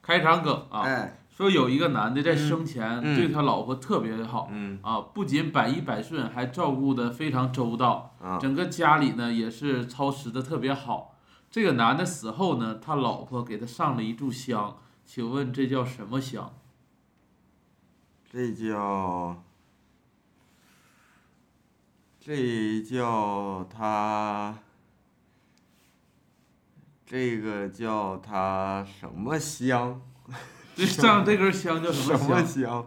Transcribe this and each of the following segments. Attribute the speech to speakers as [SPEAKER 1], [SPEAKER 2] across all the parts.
[SPEAKER 1] 开场梗啊，
[SPEAKER 2] 哎，
[SPEAKER 1] 说有一个男的在生前
[SPEAKER 2] 嗯嗯
[SPEAKER 1] 对他老婆特别好
[SPEAKER 2] 嗯
[SPEAKER 1] 啊，不仅百依百顺，还照顾的非常周到，
[SPEAKER 2] 啊，
[SPEAKER 1] 整个家里呢也是操持的特别好。这个男的死后呢，他老婆给他上了一炷香，请问这叫什么香？
[SPEAKER 2] 这叫这叫他这个叫他什么香？
[SPEAKER 1] 这上这根香叫什
[SPEAKER 2] 什
[SPEAKER 1] 么
[SPEAKER 2] 么
[SPEAKER 1] 香？
[SPEAKER 2] 香？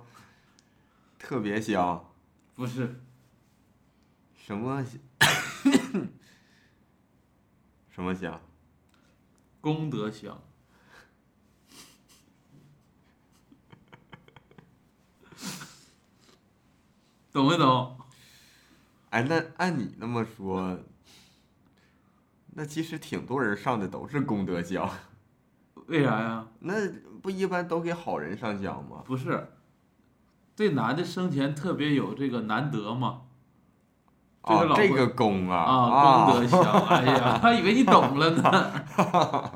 [SPEAKER 2] 特别香？
[SPEAKER 1] 不是，
[SPEAKER 2] 什么 香？什么香？
[SPEAKER 1] 功德香。懂没懂？
[SPEAKER 2] 哎，那按你那么说，那其实挺多人上的都是功德香，
[SPEAKER 1] 为啥呀？
[SPEAKER 2] 那不一般都给好人上香吗？
[SPEAKER 1] 不是，这男的生前特别有这个难得嘛这个
[SPEAKER 2] 啊，
[SPEAKER 1] 老
[SPEAKER 2] 这
[SPEAKER 1] 婆
[SPEAKER 2] 个功啊啊
[SPEAKER 1] 啊，功德香。哎呀，还以为你懂了呢。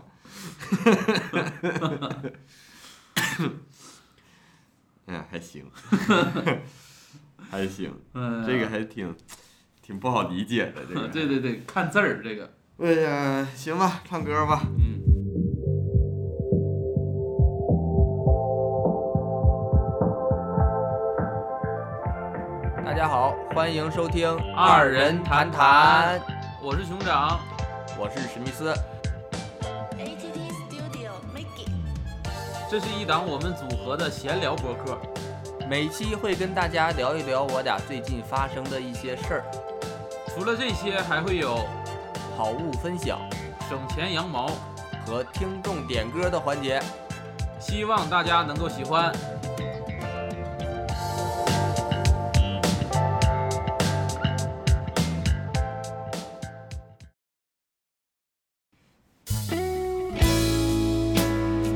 [SPEAKER 2] 嗯，还行， 还行，
[SPEAKER 1] 嗯，
[SPEAKER 2] 这个还挺挺不好理解的这个。
[SPEAKER 1] 对对对，看字儿这个，
[SPEAKER 2] 哎呀，行吧，唱歌吧。
[SPEAKER 1] 嗯，
[SPEAKER 3] 大家好，欢迎收听《
[SPEAKER 1] 二人
[SPEAKER 3] 谈
[SPEAKER 1] 谈》，我是熊掌，
[SPEAKER 3] 我是史密斯。
[SPEAKER 4] ATT Studio Mickey。
[SPEAKER 1] 这是一档我们组合的闲聊博客，
[SPEAKER 3] 每期会跟大家聊一聊我俩最近发生的一些事儿，
[SPEAKER 1] 除了这些，还会有
[SPEAKER 3] 好物分享
[SPEAKER 1] 省钱羊毛，
[SPEAKER 3] 和听众点歌的环节。
[SPEAKER 1] 希望大家能够喜欢。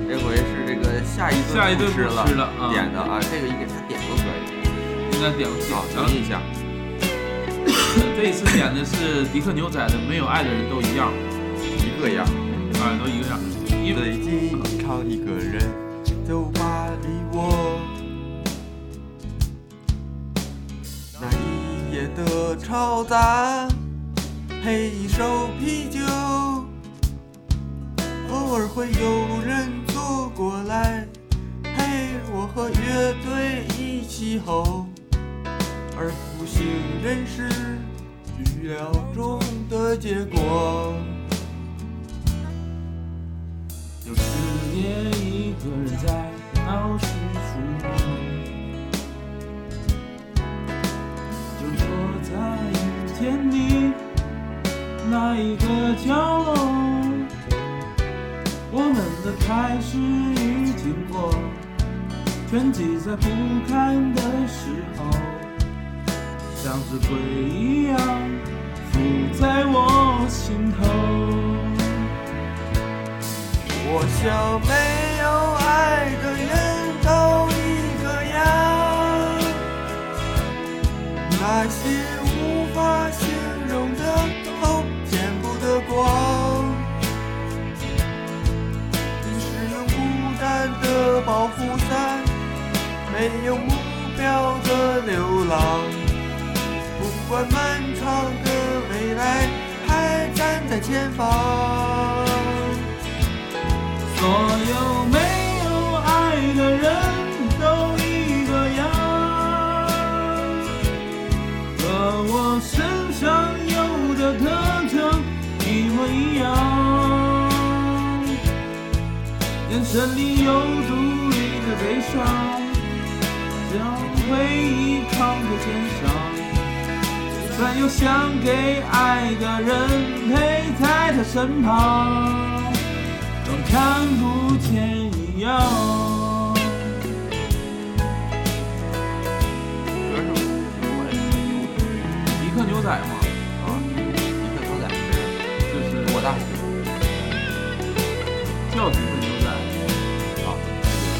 [SPEAKER 2] 这回是这个下一
[SPEAKER 1] 哎
[SPEAKER 2] 顿
[SPEAKER 1] 下一顿
[SPEAKER 2] 不吃
[SPEAKER 1] 不
[SPEAKER 2] 了
[SPEAKER 1] 吃了啊
[SPEAKER 2] 点的啊，这个应该他点都可以
[SPEAKER 1] 应该点个
[SPEAKER 2] 啊，
[SPEAKER 1] 咱
[SPEAKER 2] 等一下。
[SPEAKER 1] 这一次点的是迪克牛仔的《没有爱的人都一样》，
[SPEAKER 2] 一个样。
[SPEAKER 1] 啊，都一个样，因为
[SPEAKER 2] 最近常一个人酒吧里我，那一夜的嘈杂，配一手啤酒，偶尔会有人坐过来，陪我和乐队一起吼，而不省人是预料中的结果。
[SPEAKER 1] 有时也一个人在闹市出没，就坐在雨天里那一个角落，我们的开始与经过，全挤在不堪的时候，像是鬼一样附在我心头。
[SPEAKER 2] 我想没有爱的人都一个样，那些无法形容的痛，见不得光。于是用孤单的保护伞，没有目标的流浪，不管漫长的未来，还站在前方。
[SPEAKER 1] 所有没有爱的人都一个样，和我身上有的特征一模一样。眼神里有独立的悲伤，将回忆扛在肩上，就算有想给爱的人陪在他身旁。当看不见一样。
[SPEAKER 2] 歌手
[SPEAKER 1] 迪克牛仔嘛，
[SPEAKER 2] 啊，一个牛仔是
[SPEAKER 1] 就是
[SPEAKER 2] 我大学
[SPEAKER 1] 叫迪克牛仔。
[SPEAKER 2] 啊，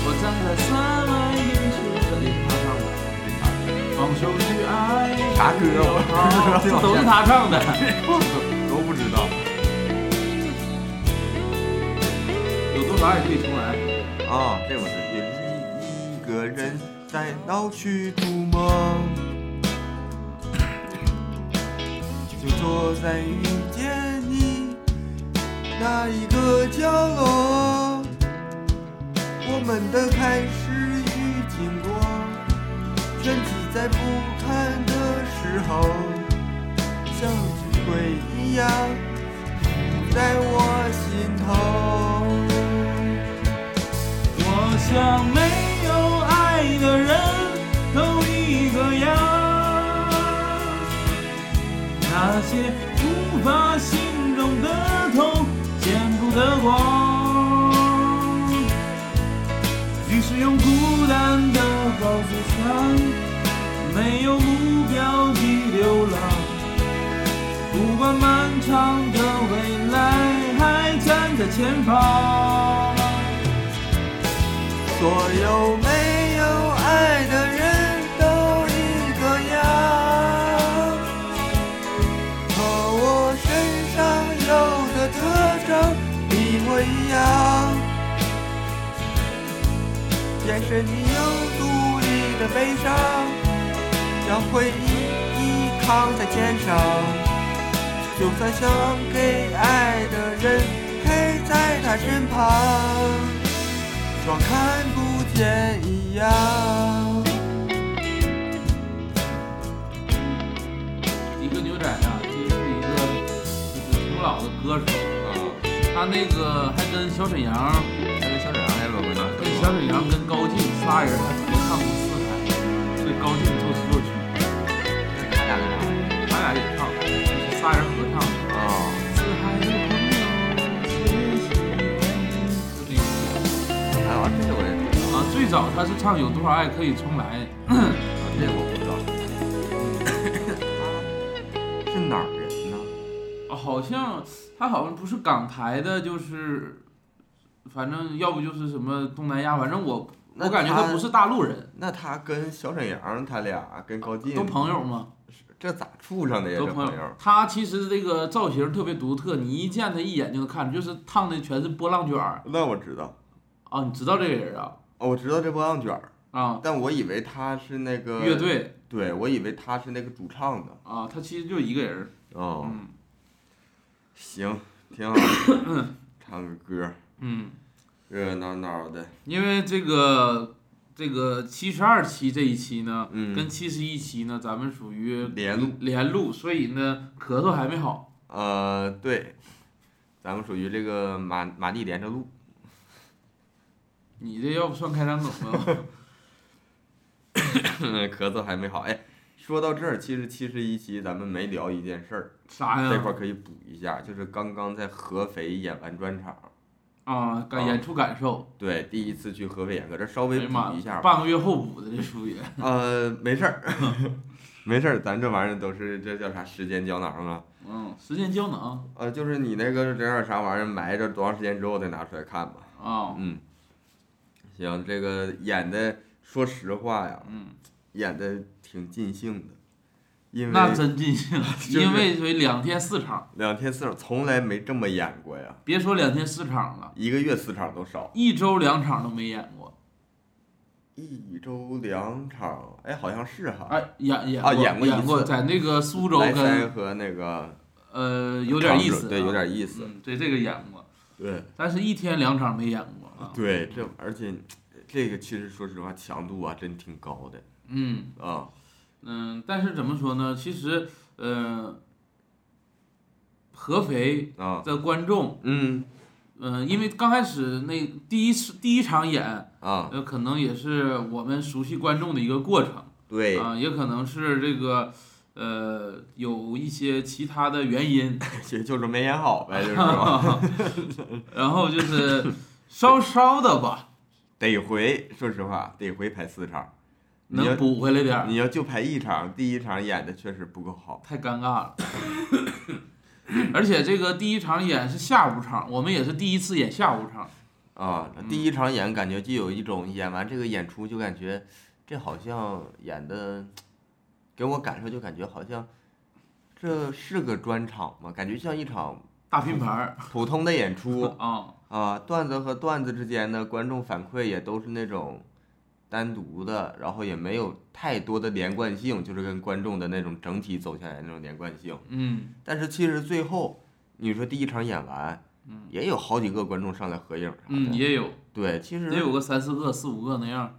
[SPEAKER 1] 我站在三万英尺的林他上的，放手去爱。
[SPEAKER 2] 啥歌我
[SPEAKER 1] 哦这都是他唱的。
[SPEAKER 2] 都不知道
[SPEAKER 1] 有多少爱可以重来。
[SPEAKER 2] 啊，啊，这我是也一一个人在闹区度梦，就坐在遇见你那一个角落，我们的开始与经过，全挤在不堪的时候，像聚会一样，在我心头。
[SPEAKER 1] 我像没有爱的人都一个样，那些无法形容的痛，见不得光。于是用孤单的包袱穿，没有目标地流浪，不管漫长的未来还站在前方。
[SPEAKER 2] 所有没有爱的人都一个样，和我身上有的特征一模一样。眼神里有独立的悲伤，将回忆依扛在肩上。就算想给爱的人陪在他身旁。装看不见一样。
[SPEAKER 1] 一个牛仔啊，就是一个就是挺老的歌手，他那个还跟小沈阳，
[SPEAKER 3] 还跟小沈阳还有个呢，
[SPEAKER 1] 跟小沈阳跟高进仨人还合唱过四台，对高进作词作曲，
[SPEAKER 3] 他俩干啥呀？
[SPEAKER 1] 他俩也唱，就是仨人合唱的。
[SPEAKER 3] 啊，
[SPEAKER 1] 四海的朋友，谢谢你就那个
[SPEAKER 3] 哎呦，这个我也不知道，
[SPEAKER 1] 啊，最早他是唱《有多少爱可以重来》，
[SPEAKER 3] 这个我不知道。
[SPEAKER 2] 是哪儿人呢？
[SPEAKER 1] 啊好像他好像不是港台的，就是反正要不就是什么东南亚，反正我
[SPEAKER 2] 那
[SPEAKER 1] 我感觉他不是大陆人，
[SPEAKER 2] 那他跟小沈阳，他俩跟高进
[SPEAKER 1] 都朋友嘛，
[SPEAKER 2] 这咋处上的呀？
[SPEAKER 1] 都
[SPEAKER 2] 这
[SPEAKER 1] 朋
[SPEAKER 2] 朋
[SPEAKER 1] 友
[SPEAKER 2] 友。
[SPEAKER 1] 他其实这个造型特别独特，你一见他一眼就能看出，就是烫的全是波浪卷儿
[SPEAKER 2] 那我知道，
[SPEAKER 1] 啊。你知道这个人啊？
[SPEAKER 2] 哦，我知道这波浪卷儿，
[SPEAKER 1] 啊，
[SPEAKER 2] 但我以为他是那个
[SPEAKER 1] 乐，队
[SPEAKER 2] 对我以为他是那个主唱的。
[SPEAKER 1] 啊，他其实就一个人儿。
[SPEAKER 2] 哦，
[SPEAKER 1] 嗯
[SPEAKER 2] 行，挺好的，唱个歌，
[SPEAKER 1] 嗯，
[SPEAKER 2] 热热闹闹的。
[SPEAKER 1] 因为这个这个七十二期这一期呢，
[SPEAKER 2] 嗯
[SPEAKER 1] 跟七十一期呢，咱们属于
[SPEAKER 2] 连录
[SPEAKER 1] 连录，所以呢咳嗽还没好。
[SPEAKER 2] 呃，对，咱们属于这个马马蒂连着录。
[SPEAKER 1] 你这要不算开山梗吗？
[SPEAKER 2] 咳嗽还没好。哎，说到这儿，其实七十一期咱们没聊一件事儿，
[SPEAKER 1] 啥哎
[SPEAKER 2] 这块
[SPEAKER 1] 呀？
[SPEAKER 2] 儿可以补一下，就是刚刚在合肥演完专场，
[SPEAKER 1] 啊，感演出感受，
[SPEAKER 2] 对，第一次去合肥演歌，这稍
[SPEAKER 1] 哎
[SPEAKER 2] 微
[SPEAKER 1] 呀妈
[SPEAKER 2] 补一下，吧。
[SPEAKER 1] 半个月后补的这属 于
[SPEAKER 2] 呃，没事儿， 没事儿，咱这玩意儿都是这叫啥时间胶囊啊？
[SPEAKER 1] 嗯，时间胶囊
[SPEAKER 2] 呃，就是你那个这叫啥玩意儿，埋着多长时间之后再拿出来看吧。
[SPEAKER 1] 啊，
[SPEAKER 2] 嗯，行，这个演的，说实话呀，
[SPEAKER 1] 嗯，
[SPEAKER 2] 演的挺尽兴的，因为
[SPEAKER 1] 那真尽 兴，
[SPEAKER 2] 是
[SPEAKER 1] 因为所以两天四场，
[SPEAKER 2] 两天四场从来没这么演过呀，
[SPEAKER 1] 别说两天四场了，
[SPEAKER 2] 一个月四场都少，
[SPEAKER 1] 一周两场都没演过，
[SPEAKER 2] 一周两场，哎，好像是哈，
[SPEAKER 1] 哎，演演
[SPEAKER 2] 啊
[SPEAKER 1] 演
[SPEAKER 2] 演过一
[SPEAKER 1] 演过，
[SPEAKER 2] 次
[SPEAKER 1] 在那个苏州
[SPEAKER 2] 莱塞
[SPEAKER 1] 跟
[SPEAKER 2] 和那个
[SPEAKER 1] 呃有点意
[SPEAKER 2] 长
[SPEAKER 1] 思啊，
[SPEAKER 2] 者对，有点意思，
[SPEAKER 1] 嗯，对这个演过，
[SPEAKER 2] 对
[SPEAKER 1] 但是一天两场没演过啊，
[SPEAKER 2] 对，这而且这个其实说实话强度啊真挺高的
[SPEAKER 1] 嗯。
[SPEAKER 2] 啊，
[SPEAKER 1] 嗯，但是怎么说呢？其实，呃，合肥
[SPEAKER 2] 啊
[SPEAKER 1] 的观众，
[SPEAKER 2] 嗯
[SPEAKER 1] 嗯、因为刚开始那第一次第一场演，
[SPEAKER 2] 啊，
[SPEAKER 1] 呃，可能也是我们熟悉观众的一个过程啊、
[SPEAKER 2] 对，
[SPEAKER 1] 也可能是这个，呃，有一些其他的原因，
[SPEAKER 2] 也就是没演好呗，就 是吧
[SPEAKER 1] 然后就是稍稍的吧，
[SPEAKER 2] 得回，说实话得回排四场，你要
[SPEAKER 1] 能补回来点儿，
[SPEAKER 2] 你要就排一场，第一场演的确实不够好，
[SPEAKER 1] 太尴尬了。 而且这个第一场演是下午场，我们也是第一次演下午场。
[SPEAKER 2] 啊，
[SPEAKER 1] 嗯
[SPEAKER 2] 第一场演感觉就有一种演完这个演出就感觉，这好像演的，给我感受就感觉好像，这是个专场吗？感觉像一场
[SPEAKER 1] 大拼盘儿 ，
[SPEAKER 2] 普通的演出
[SPEAKER 1] 啊、
[SPEAKER 2] 啊，段子和段子之间的观众反馈也都是那种单独的，然后也没有太多的连贯性，就是跟观众的那种整体走下来的那种连贯性。
[SPEAKER 5] 嗯，
[SPEAKER 2] 但是其实最后，你说第一场演完，也有好几个观众上来合影啥的。
[SPEAKER 1] 嗯，也有，
[SPEAKER 2] 对，其实
[SPEAKER 1] 也有个三四个、四五个那样。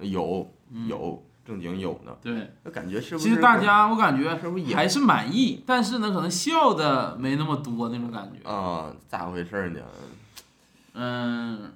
[SPEAKER 2] 有有正经有呢，
[SPEAKER 1] 对，
[SPEAKER 2] 就感觉是不
[SPEAKER 1] 嗯
[SPEAKER 2] 是
[SPEAKER 1] 其实大家我感
[SPEAKER 2] 是
[SPEAKER 1] 觉
[SPEAKER 2] 不是也
[SPEAKER 1] 还是满意，但是呢，可能笑的没那么多那种感觉。
[SPEAKER 2] 啊、咋回事儿呢？
[SPEAKER 1] 嗯，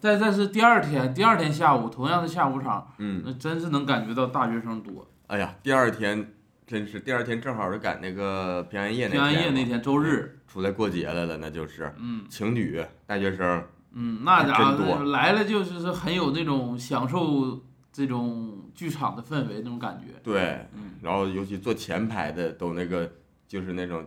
[SPEAKER 1] 但但是第二天，第二天下午同样的下午场，
[SPEAKER 2] 嗯，
[SPEAKER 1] 那真是能感觉到大学生多。
[SPEAKER 2] 哎呀，第二天真是第二天正好是赶那个平安夜那
[SPEAKER 1] 平安夜
[SPEAKER 2] 嘛
[SPEAKER 1] 那天周日，
[SPEAKER 2] 出来过节来了，那就是
[SPEAKER 1] 嗯
[SPEAKER 2] 情侣、大学生，
[SPEAKER 1] 嗯，那家
[SPEAKER 2] 真多
[SPEAKER 1] 伙来了就是是很有那种享受这种剧场的氛围那种感觉。
[SPEAKER 2] 对，
[SPEAKER 1] 嗯
[SPEAKER 2] 然后尤其坐前排的都那个就是那种，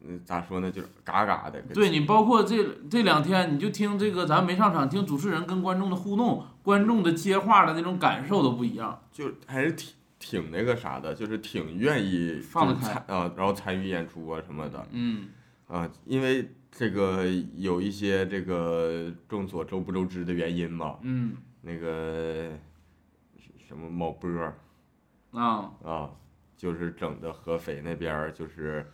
[SPEAKER 2] 嗯，咋说呢，就是嘎嘎的，
[SPEAKER 1] 对你，包括这这两天，你就听这个咱没上场，听主持人跟观众的互动，观众的接话的那种感受都不一样。
[SPEAKER 2] 就还是挺挺那个啥的，就是挺愿意
[SPEAKER 1] 放得
[SPEAKER 2] 就是
[SPEAKER 1] 开
[SPEAKER 2] 参啊，然后参与演出啊什么的
[SPEAKER 1] 嗯，
[SPEAKER 2] 啊，因为这个有一些这个众所周不周知的原因嘛，
[SPEAKER 1] 嗯
[SPEAKER 2] 那个什么某波儿
[SPEAKER 1] 啊，
[SPEAKER 2] 啊，就是整的合肥那边儿就是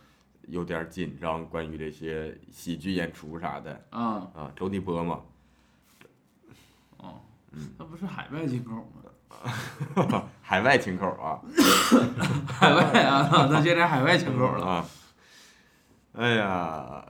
[SPEAKER 2] 有点儿紧张，关于这些喜剧演出啥的
[SPEAKER 1] 啊，
[SPEAKER 2] 啊，周立波嘛，
[SPEAKER 1] 哦，
[SPEAKER 2] 嗯
[SPEAKER 1] 那不是海外进口 吗？
[SPEAKER 2] 海外情口啊
[SPEAKER 1] 海外啊， 那现在海外进口了。
[SPEAKER 2] 啊，哎呀，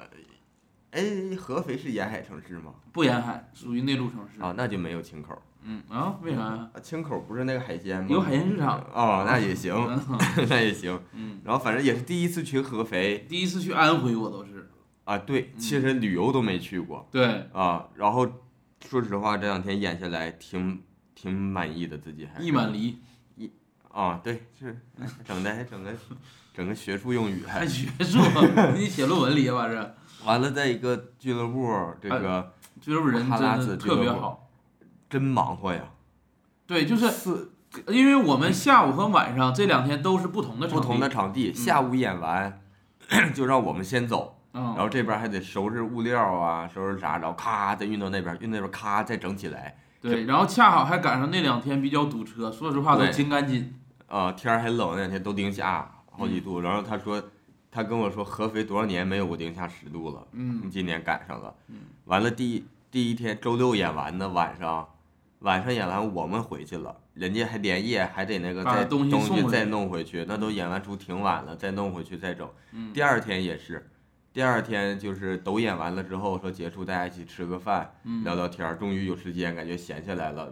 [SPEAKER 2] 哎，合肥是沿海城市吗？
[SPEAKER 1] 不沿海，属于内陆城市。
[SPEAKER 2] 啊，那就没有情口儿
[SPEAKER 1] 嗯啊，为啥呀？
[SPEAKER 2] 啊，情口儿不是那个海鲜吗？
[SPEAKER 1] 有海鲜市场。
[SPEAKER 2] 哦，那也行， 那也行。
[SPEAKER 1] 嗯，
[SPEAKER 2] 然后反正也是第一次去合肥
[SPEAKER 1] 第一次去安徽，我都 是。
[SPEAKER 2] 啊，对，其实旅游都没去过。
[SPEAKER 1] 对，
[SPEAKER 2] 啊，然后说实话，这两天演下来挺挺满意的，自己还
[SPEAKER 1] 一满离，
[SPEAKER 2] 啊，对，是哎整的还整个整个学术用语还
[SPEAKER 1] 还学术， 你写论文里吧这，
[SPEAKER 2] 完了，在一个俱乐部儿这
[SPEAKER 1] 哎
[SPEAKER 2] 个
[SPEAKER 1] 俱乐部人
[SPEAKER 2] 哈
[SPEAKER 1] 真
[SPEAKER 2] 拉
[SPEAKER 1] 的
[SPEAKER 2] 子
[SPEAKER 1] 特
[SPEAKER 2] 俱
[SPEAKER 1] 别
[SPEAKER 2] 乐部
[SPEAKER 1] 好。
[SPEAKER 2] 真忙活呀，
[SPEAKER 1] 对，就是
[SPEAKER 2] 四
[SPEAKER 1] 因为我们下午和晚上这两天都是不同的场
[SPEAKER 2] 嗯不
[SPEAKER 1] 地，
[SPEAKER 2] 同的
[SPEAKER 1] 嗯
[SPEAKER 2] 场地，下午演完 就让我们先走，然
[SPEAKER 1] 嗯，
[SPEAKER 2] 后这边还得收拾物料啊，收拾啥，然后咔再运到那边，运到那边咔再整起来，
[SPEAKER 1] 对，然后恰好还赶上那两天比较堵车，说实话都
[SPEAKER 2] 对
[SPEAKER 1] 筋干筋。
[SPEAKER 2] 啊，天儿还冷，那两天都零下好
[SPEAKER 1] 嗯
[SPEAKER 2] 几度，然后他说。他跟我说，合肥多少年没有过零下十度了，
[SPEAKER 1] 嗯，
[SPEAKER 2] 今年赶上了。
[SPEAKER 1] 嗯
[SPEAKER 2] 完了第第一天周六演完的晚上，晚上演完我们回去了，人家还连夜还得那个
[SPEAKER 1] 把
[SPEAKER 2] 再
[SPEAKER 1] 东西送回去
[SPEAKER 2] 再弄回去，那都演完出挺晚了，再弄回去再整。
[SPEAKER 1] 嗯
[SPEAKER 2] 第二天也是，第二天就是都演完了之后说结束，大家一起吃个饭，
[SPEAKER 1] 嗯
[SPEAKER 2] 聊聊天儿，终于有时间，感觉闲下来了。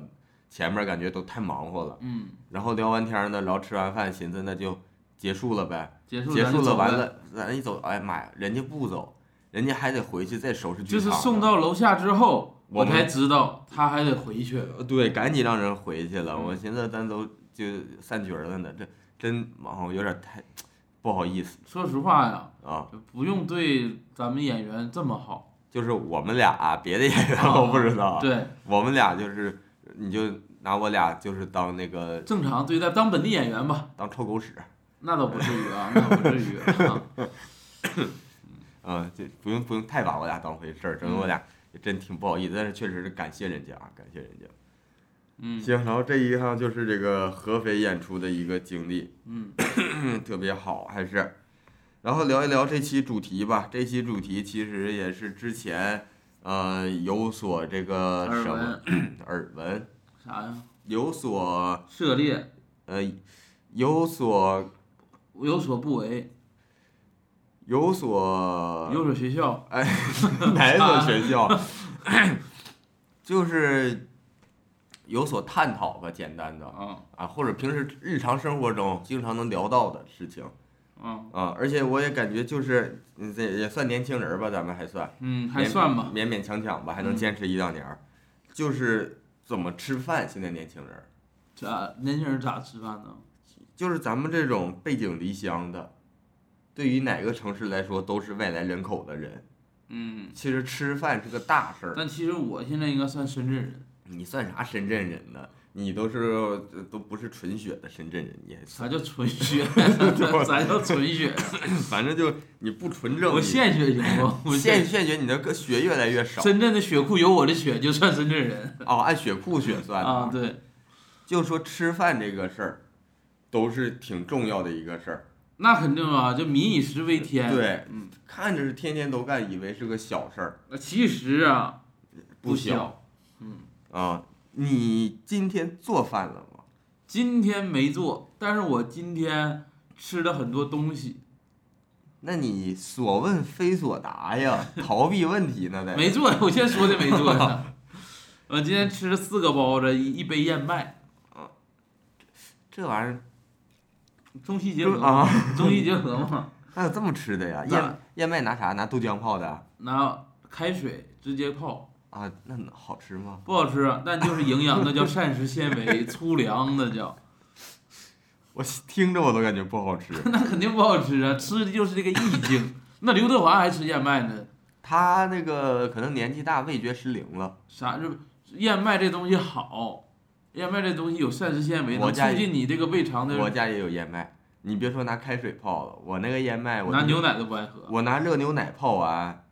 [SPEAKER 2] 前面感觉都太忙活了，
[SPEAKER 1] 嗯，
[SPEAKER 2] 然后聊完天儿呢，然后吃完饭，寻思那就结束了呗。
[SPEAKER 1] 结束
[SPEAKER 2] 结
[SPEAKER 1] 咱
[SPEAKER 2] 束
[SPEAKER 1] 就
[SPEAKER 2] 了，
[SPEAKER 1] 走
[SPEAKER 2] 完，了，咱一走，哎呀妈呀，人家不走，人家还得回去再收拾剧
[SPEAKER 1] 就
[SPEAKER 2] 场。
[SPEAKER 1] 是送，到楼下之后，
[SPEAKER 2] 我
[SPEAKER 1] 我
[SPEAKER 2] 们
[SPEAKER 1] 才知道他还得回去。
[SPEAKER 2] 呃对，赶紧让人回去了。
[SPEAKER 1] 嗯
[SPEAKER 2] 我寻思咱都就散局儿了呢，这真忙，有点太不好意思
[SPEAKER 1] 说实话呀，
[SPEAKER 2] 啊。
[SPEAKER 1] 不用对咱们演员这么好。
[SPEAKER 2] 就是我们俩、别的演员
[SPEAKER 1] 啊
[SPEAKER 2] 我不知道，
[SPEAKER 1] 对，
[SPEAKER 2] 我们俩就是，你就拿我俩就是当那个
[SPEAKER 1] 正常对待，当本地演员吧，
[SPEAKER 2] 当臭狗屎，
[SPEAKER 1] 那倒不至于啊，那不至于啊。
[SPEAKER 2] 嗯，就不用不用太把我俩当回事儿，整得
[SPEAKER 1] 嗯
[SPEAKER 2] 我俩也真挺不好意思，但是确实是感谢人家啊，感谢人家。
[SPEAKER 1] 嗯
[SPEAKER 2] 行，然后这一趟就是这个合肥演出的一个经历，
[SPEAKER 1] 嗯，
[SPEAKER 2] 特别好，还是。然后聊一聊这期主题吧。这期主题其实也是之前，呃，有所这个
[SPEAKER 1] 耳
[SPEAKER 2] 什么
[SPEAKER 1] 闻
[SPEAKER 2] 耳闻，
[SPEAKER 1] 啥呀？
[SPEAKER 2] 有所
[SPEAKER 1] 涉猎
[SPEAKER 2] 呃，有所
[SPEAKER 1] 有所不为，
[SPEAKER 2] 有所
[SPEAKER 1] 有所学校，
[SPEAKER 2] 哎，哪所学校？就是有所探讨吧，简单的
[SPEAKER 1] 啊
[SPEAKER 2] 啊，或者平时日常生活中经常能聊到的事情
[SPEAKER 1] 啊，
[SPEAKER 2] 啊。而且我也感觉就是，嗯这也算年轻人儿吧，咱们还算。
[SPEAKER 1] 嗯，还算吧。
[SPEAKER 2] 勉勉强强吧，还能
[SPEAKER 1] 嗯
[SPEAKER 2] 坚持一两年儿。就是怎么吃饭，现在年轻人儿，
[SPEAKER 1] 咋年轻人咋吃饭呢？
[SPEAKER 2] 就是咱们这种背井离乡的，对于哪个城市来说都是外来人口的人，
[SPEAKER 1] 嗯，
[SPEAKER 2] 其实吃饭是个大事儿。
[SPEAKER 1] 但其实我现在应该算深圳人，
[SPEAKER 2] 你算啥深圳人呢？你都是呃都不是纯血的深圳人，你还
[SPEAKER 1] 啥
[SPEAKER 2] 算，
[SPEAKER 1] 叫纯血？啥叫纯血？
[SPEAKER 2] 反正就你不纯正，
[SPEAKER 1] 我
[SPEAKER 2] 你
[SPEAKER 1] 献血行吗？ 我
[SPEAKER 2] 献献血，你的个血越来越少
[SPEAKER 1] 深圳的血库有我的血，就算深圳人
[SPEAKER 2] 哦，按血库血算的
[SPEAKER 1] 啊。对，
[SPEAKER 2] 就说吃饭这个事儿，都是挺重要的一个事儿。
[SPEAKER 1] 那肯定啊，就民以食为天。，
[SPEAKER 2] 对，
[SPEAKER 6] 嗯，
[SPEAKER 2] 看着是天天都干，以为是个小事儿，
[SPEAKER 1] 其实啊，不
[SPEAKER 2] 小
[SPEAKER 1] 小。
[SPEAKER 2] 啊。你今天做饭了吗？
[SPEAKER 1] 今天没做，但是我今天吃了很多东西，
[SPEAKER 2] 那你所问非所答 呀，逃避问题呢？在
[SPEAKER 1] 没做。我先说的没做 呢。我今天吃了四个包子，一一杯燕麦。
[SPEAKER 2] 这玩意儿
[SPEAKER 1] 中西结
[SPEAKER 2] 就是
[SPEAKER 1] 合，
[SPEAKER 2] 啊，
[SPEAKER 1] 中西结合嘛，
[SPEAKER 2] 还有这么吃的呀？
[SPEAKER 1] 那
[SPEAKER 2] 燕燕麦拿啥？拿豆浆泡的
[SPEAKER 1] 拿开水直接泡，
[SPEAKER 2] 啊？那能好吃吗？
[SPEAKER 1] 不好吃，啊但就是营养，那叫膳食纤维，粗粮那叫。
[SPEAKER 2] 我听着我都感觉不好吃。
[SPEAKER 1] 那肯定不好吃啊，吃的就是这个意境。 那刘德华还吃燕麦呢，
[SPEAKER 2] 他那个可能年纪大，味觉失灵了。
[SPEAKER 1] 啥这燕麦这东西好，燕麦这东西有膳食纤维，
[SPEAKER 2] 我
[SPEAKER 1] 能促
[SPEAKER 2] 家也
[SPEAKER 1] 进你这个胃肠的。
[SPEAKER 2] 我家也有燕麦，你别说拿开水泡了，我那个燕麦我
[SPEAKER 1] 拿
[SPEAKER 2] 就
[SPEAKER 1] 牛奶都不爱喝，
[SPEAKER 2] 我拿热牛奶泡完，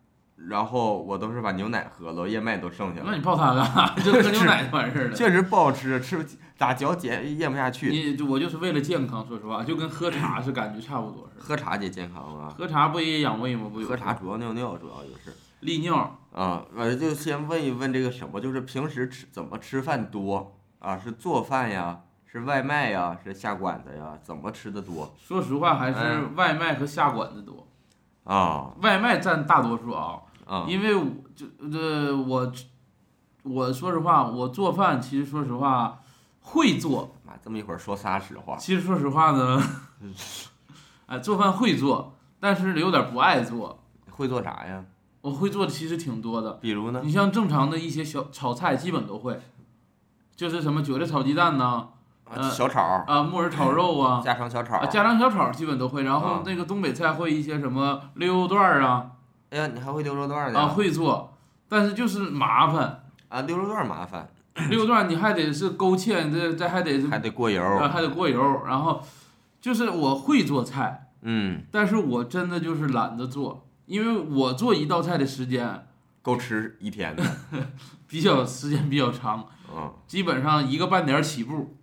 [SPEAKER 2] 然后我都是把牛奶喝了，燕麦都剩下
[SPEAKER 1] 那
[SPEAKER 2] 了
[SPEAKER 1] 你。泡它干 啥？就喝牛奶就完事儿了。
[SPEAKER 2] 确实不好吃，吃不起，咋嚼解咽不下去。
[SPEAKER 1] 你我就是为了健康，说实话，就跟喝茶是感觉差不多似的。
[SPEAKER 2] 喝茶也健康啊，
[SPEAKER 1] 喝茶不也养胃吗？不有
[SPEAKER 2] 喝茶主要尿尿，主要就是
[SPEAKER 1] 利尿，
[SPEAKER 2] 啊，完了就先问一问这个什么，就是平时吃怎么吃饭多啊？是做饭呀，是外卖呀，是下馆子呀？怎么吃的多
[SPEAKER 1] 说实话还是
[SPEAKER 2] 嗯
[SPEAKER 1] 外卖和下馆子多，
[SPEAKER 2] 啊？
[SPEAKER 1] 外卖占大多数啊。
[SPEAKER 2] 啊，
[SPEAKER 1] 因为我就呃我我说实话，我做饭其实说实话会做，
[SPEAKER 2] 妈这么一会儿说仨实话，
[SPEAKER 1] 其实说实话呢，
[SPEAKER 2] 嗯
[SPEAKER 1] 哎，做饭会做，但是有点不爱做。
[SPEAKER 2] 会做啥呀？
[SPEAKER 1] 我会做的其实挺多的，
[SPEAKER 2] 比如呢？
[SPEAKER 1] 你像正常的一些小炒菜基本都会，就是什么韭菜炒鸡蛋呐、
[SPEAKER 2] 啊，
[SPEAKER 1] 呃
[SPEAKER 2] 小炒儿，
[SPEAKER 1] 啊木耳炒肉啊，
[SPEAKER 2] 家常小炒
[SPEAKER 1] 啊
[SPEAKER 2] 儿。
[SPEAKER 1] 家常小炒基本都会，然
[SPEAKER 2] 啊
[SPEAKER 1] 后那个东北菜会一些什么溜肉段儿啊
[SPEAKER 2] 哎呀，你还会溜肉段儿呢？
[SPEAKER 1] 啊会做，但是就是麻烦。
[SPEAKER 2] 啊，溜肉段儿麻烦，
[SPEAKER 1] 六段你还得是勾芡，这这还得是
[SPEAKER 2] 还得过油儿。
[SPEAKER 1] 呃还得过油，然后就是我会做菜，
[SPEAKER 2] 嗯，
[SPEAKER 1] 但是我真的就是懒得做，因为我做一道菜的时间
[SPEAKER 2] 够吃一天 的。
[SPEAKER 1] 比较时间比较长，
[SPEAKER 2] 嗯，
[SPEAKER 1] 基本上一个半点儿起步，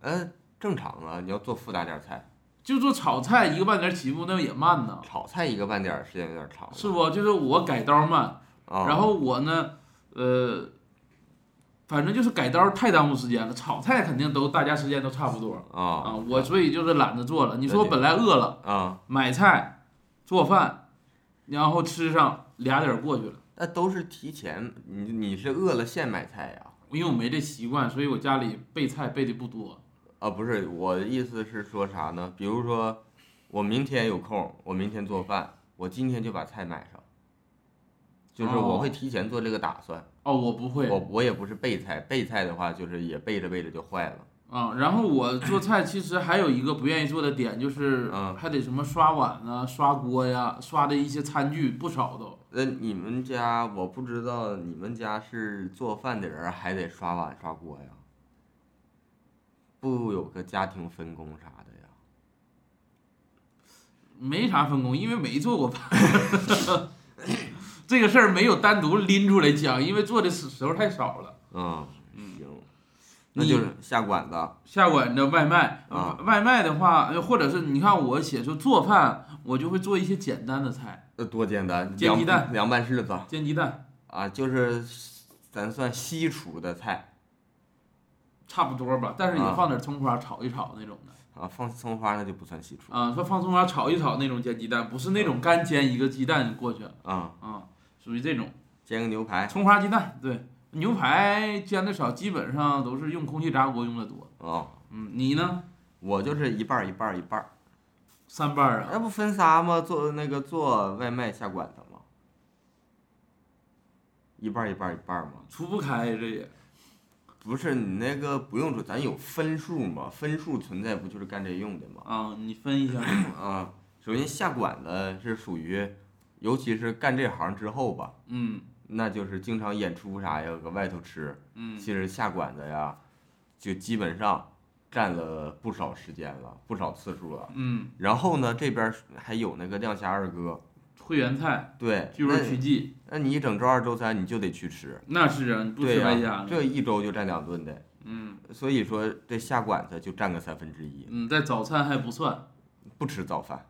[SPEAKER 2] 嗯，正常啊，你要做复杂点儿菜，
[SPEAKER 1] 就做炒菜一个半点儿起步那也慢呢，
[SPEAKER 2] 炒菜一个半点儿时间有点长了。
[SPEAKER 1] 是不？就是我改刀慢，
[SPEAKER 2] 啊，
[SPEAKER 1] 然后我呢，呃。反正就是改刀太耽误时间了，炒菜肯定都大家时间都差不多啊。
[SPEAKER 2] 啊
[SPEAKER 1] 我所以就是懒得做了。你说我
[SPEAKER 2] 对
[SPEAKER 1] 本来饿了，
[SPEAKER 2] 啊，
[SPEAKER 1] 买菜、做饭，然后吃上俩点儿过去了。
[SPEAKER 2] 那都是提前，你你是饿了现买菜呀？
[SPEAKER 1] 因为我没这习惯，所以我家里备菜备的不多。
[SPEAKER 2] 啊，不是，我的意思是说啥呢？比如说，我明天有空，我明天做饭，我今天就把菜买上，就是我
[SPEAKER 1] 哦
[SPEAKER 2] 会提前做这个打算。
[SPEAKER 1] 哦，我不会
[SPEAKER 2] 我我也不是备菜，备菜的话就是也备着备着就坏了。
[SPEAKER 1] 啊、然后我做菜其实还有一个不愿意做的点，就是
[SPEAKER 2] 嗯
[SPEAKER 1] 还得什么刷碗啊、刷锅呀、刷的一些餐具不少都。
[SPEAKER 2] 那你们家我不知道，你们家是做饭的人还得刷碗刷锅呀？不有个家庭分工啥的呀？
[SPEAKER 1] 没啥分工，因为没做过饭。 这个事儿没有单独拎出来讲，因为做的时时候太少了。
[SPEAKER 2] 嗯，行，那
[SPEAKER 1] 你
[SPEAKER 2] 就是下馆子
[SPEAKER 1] 下馆子外卖，
[SPEAKER 2] 啊
[SPEAKER 1] 外卖的话，呃或者是你看我写出做饭，我就会做一些简单的菜，
[SPEAKER 2] 那多简单，
[SPEAKER 1] 煎
[SPEAKER 2] 凉
[SPEAKER 1] 鸡蛋
[SPEAKER 2] 凉拌柿子
[SPEAKER 1] 煎鸡蛋，
[SPEAKER 2] 啊，就是咱算西厨的菜
[SPEAKER 1] 差不多吧，但是也
[SPEAKER 2] 啊
[SPEAKER 1] 放点葱花炒一炒那种的
[SPEAKER 2] 啊，放葱花那就不算西厨
[SPEAKER 1] 啊，说放葱花炒一炒那种煎鸡蛋，不是那
[SPEAKER 2] 嗯
[SPEAKER 1] 种干煎一个鸡蛋过去
[SPEAKER 2] 啊，
[SPEAKER 1] 啊，属于这种
[SPEAKER 2] 煎个牛排
[SPEAKER 1] 葱花鸡蛋，对，牛排煎的少，基本上都是用空气炸锅用的多。
[SPEAKER 2] 哦，
[SPEAKER 1] 嗯，你呢？
[SPEAKER 2] 我就是一半儿一半儿一半儿。
[SPEAKER 1] 三瓣儿啊？
[SPEAKER 2] 那不分仨吗？做那个做外卖下馆子吗？一半儿一半儿一半儿吗？
[SPEAKER 1] 除不开这也
[SPEAKER 2] 不是你那个不用说，咱有分数嘛，分数存在不就是干这用的吗？
[SPEAKER 1] 啊，你分一下，
[SPEAKER 2] 啊，首先下馆子是属于，尤其是干这行之后吧，
[SPEAKER 1] 嗯
[SPEAKER 2] 那就是经常演出啥呀，搁外头吃，
[SPEAKER 1] 嗯
[SPEAKER 2] 其实下馆子呀，就基本上占了不少时间了，不少次数了。
[SPEAKER 1] 嗯，
[SPEAKER 2] 然后呢，这边还有那个亮虾二哥，
[SPEAKER 1] 会员菜
[SPEAKER 2] 对，
[SPEAKER 1] 聚肉曲记，
[SPEAKER 2] 那那你整周二、周三你就得去吃，
[SPEAKER 1] 那是啊，你不
[SPEAKER 2] 对
[SPEAKER 1] 吃
[SPEAKER 2] 呀、
[SPEAKER 1] 白瞎了。
[SPEAKER 2] 这一周就占两顿的，
[SPEAKER 1] 嗯
[SPEAKER 2] 所以说这下馆子就占个三分之一，
[SPEAKER 1] 嗯，在早餐还不算。
[SPEAKER 2] 不吃 早饭，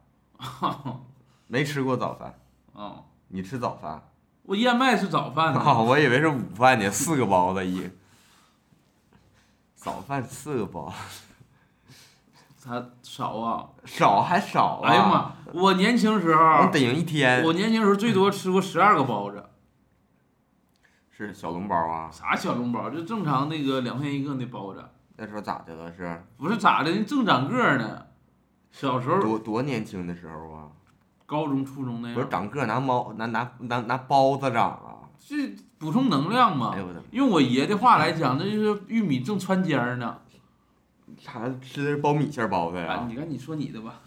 [SPEAKER 2] 没吃过早饭，
[SPEAKER 1] 哦，
[SPEAKER 2] 你吃早饭？
[SPEAKER 1] 我燕麦是早饭呢。
[SPEAKER 2] 啊，我以为是午饭呢，四个包子一，早饭四个包，
[SPEAKER 1] 它少啊！
[SPEAKER 2] 少还少啊！
[SPEAKER 1] 哎呀，妈，我年轻时
[SPEAKER 2] 能
[SPEAKER 1] 候，
[SPEAKER 2] 顶一天
[SPEAKER 1] 我年轻时候最多吃过十二个包子，
[SPEAKER 2] 是小笼包啊？
[SPEAKER 1] 啥小笼包，就正常那个两块钱一个那包子，
[SPEAKER 2] 那时候咋的了？是
[SPEAKER 1] 不是咋的，人正长个儿呢。小时候，
[SPEAKER 2] 多多年轻的时候啊，
[SPEAKER 1] 高中、初中那
[SPEAKER 2] 不是
[SPEAKER 1] 样，
[SPEAKER 2] 长个儿拿猫拿拿拿拿包子长啊？
[SPEAKER 1] 是补充能量嘛
[SPEAKER 2] 哎？呦我的，
[SPEAKER 1] 用我爷的话来讲，那就是玉米正穿尖儿呢。
[SPEAKER 2] 啥吃的是苞米馅儿包子
[SPEAKER 1] 啊，
[SPEAKER 2] 哎呀？啊
[SPEAKER 1] 你看你说你的吧，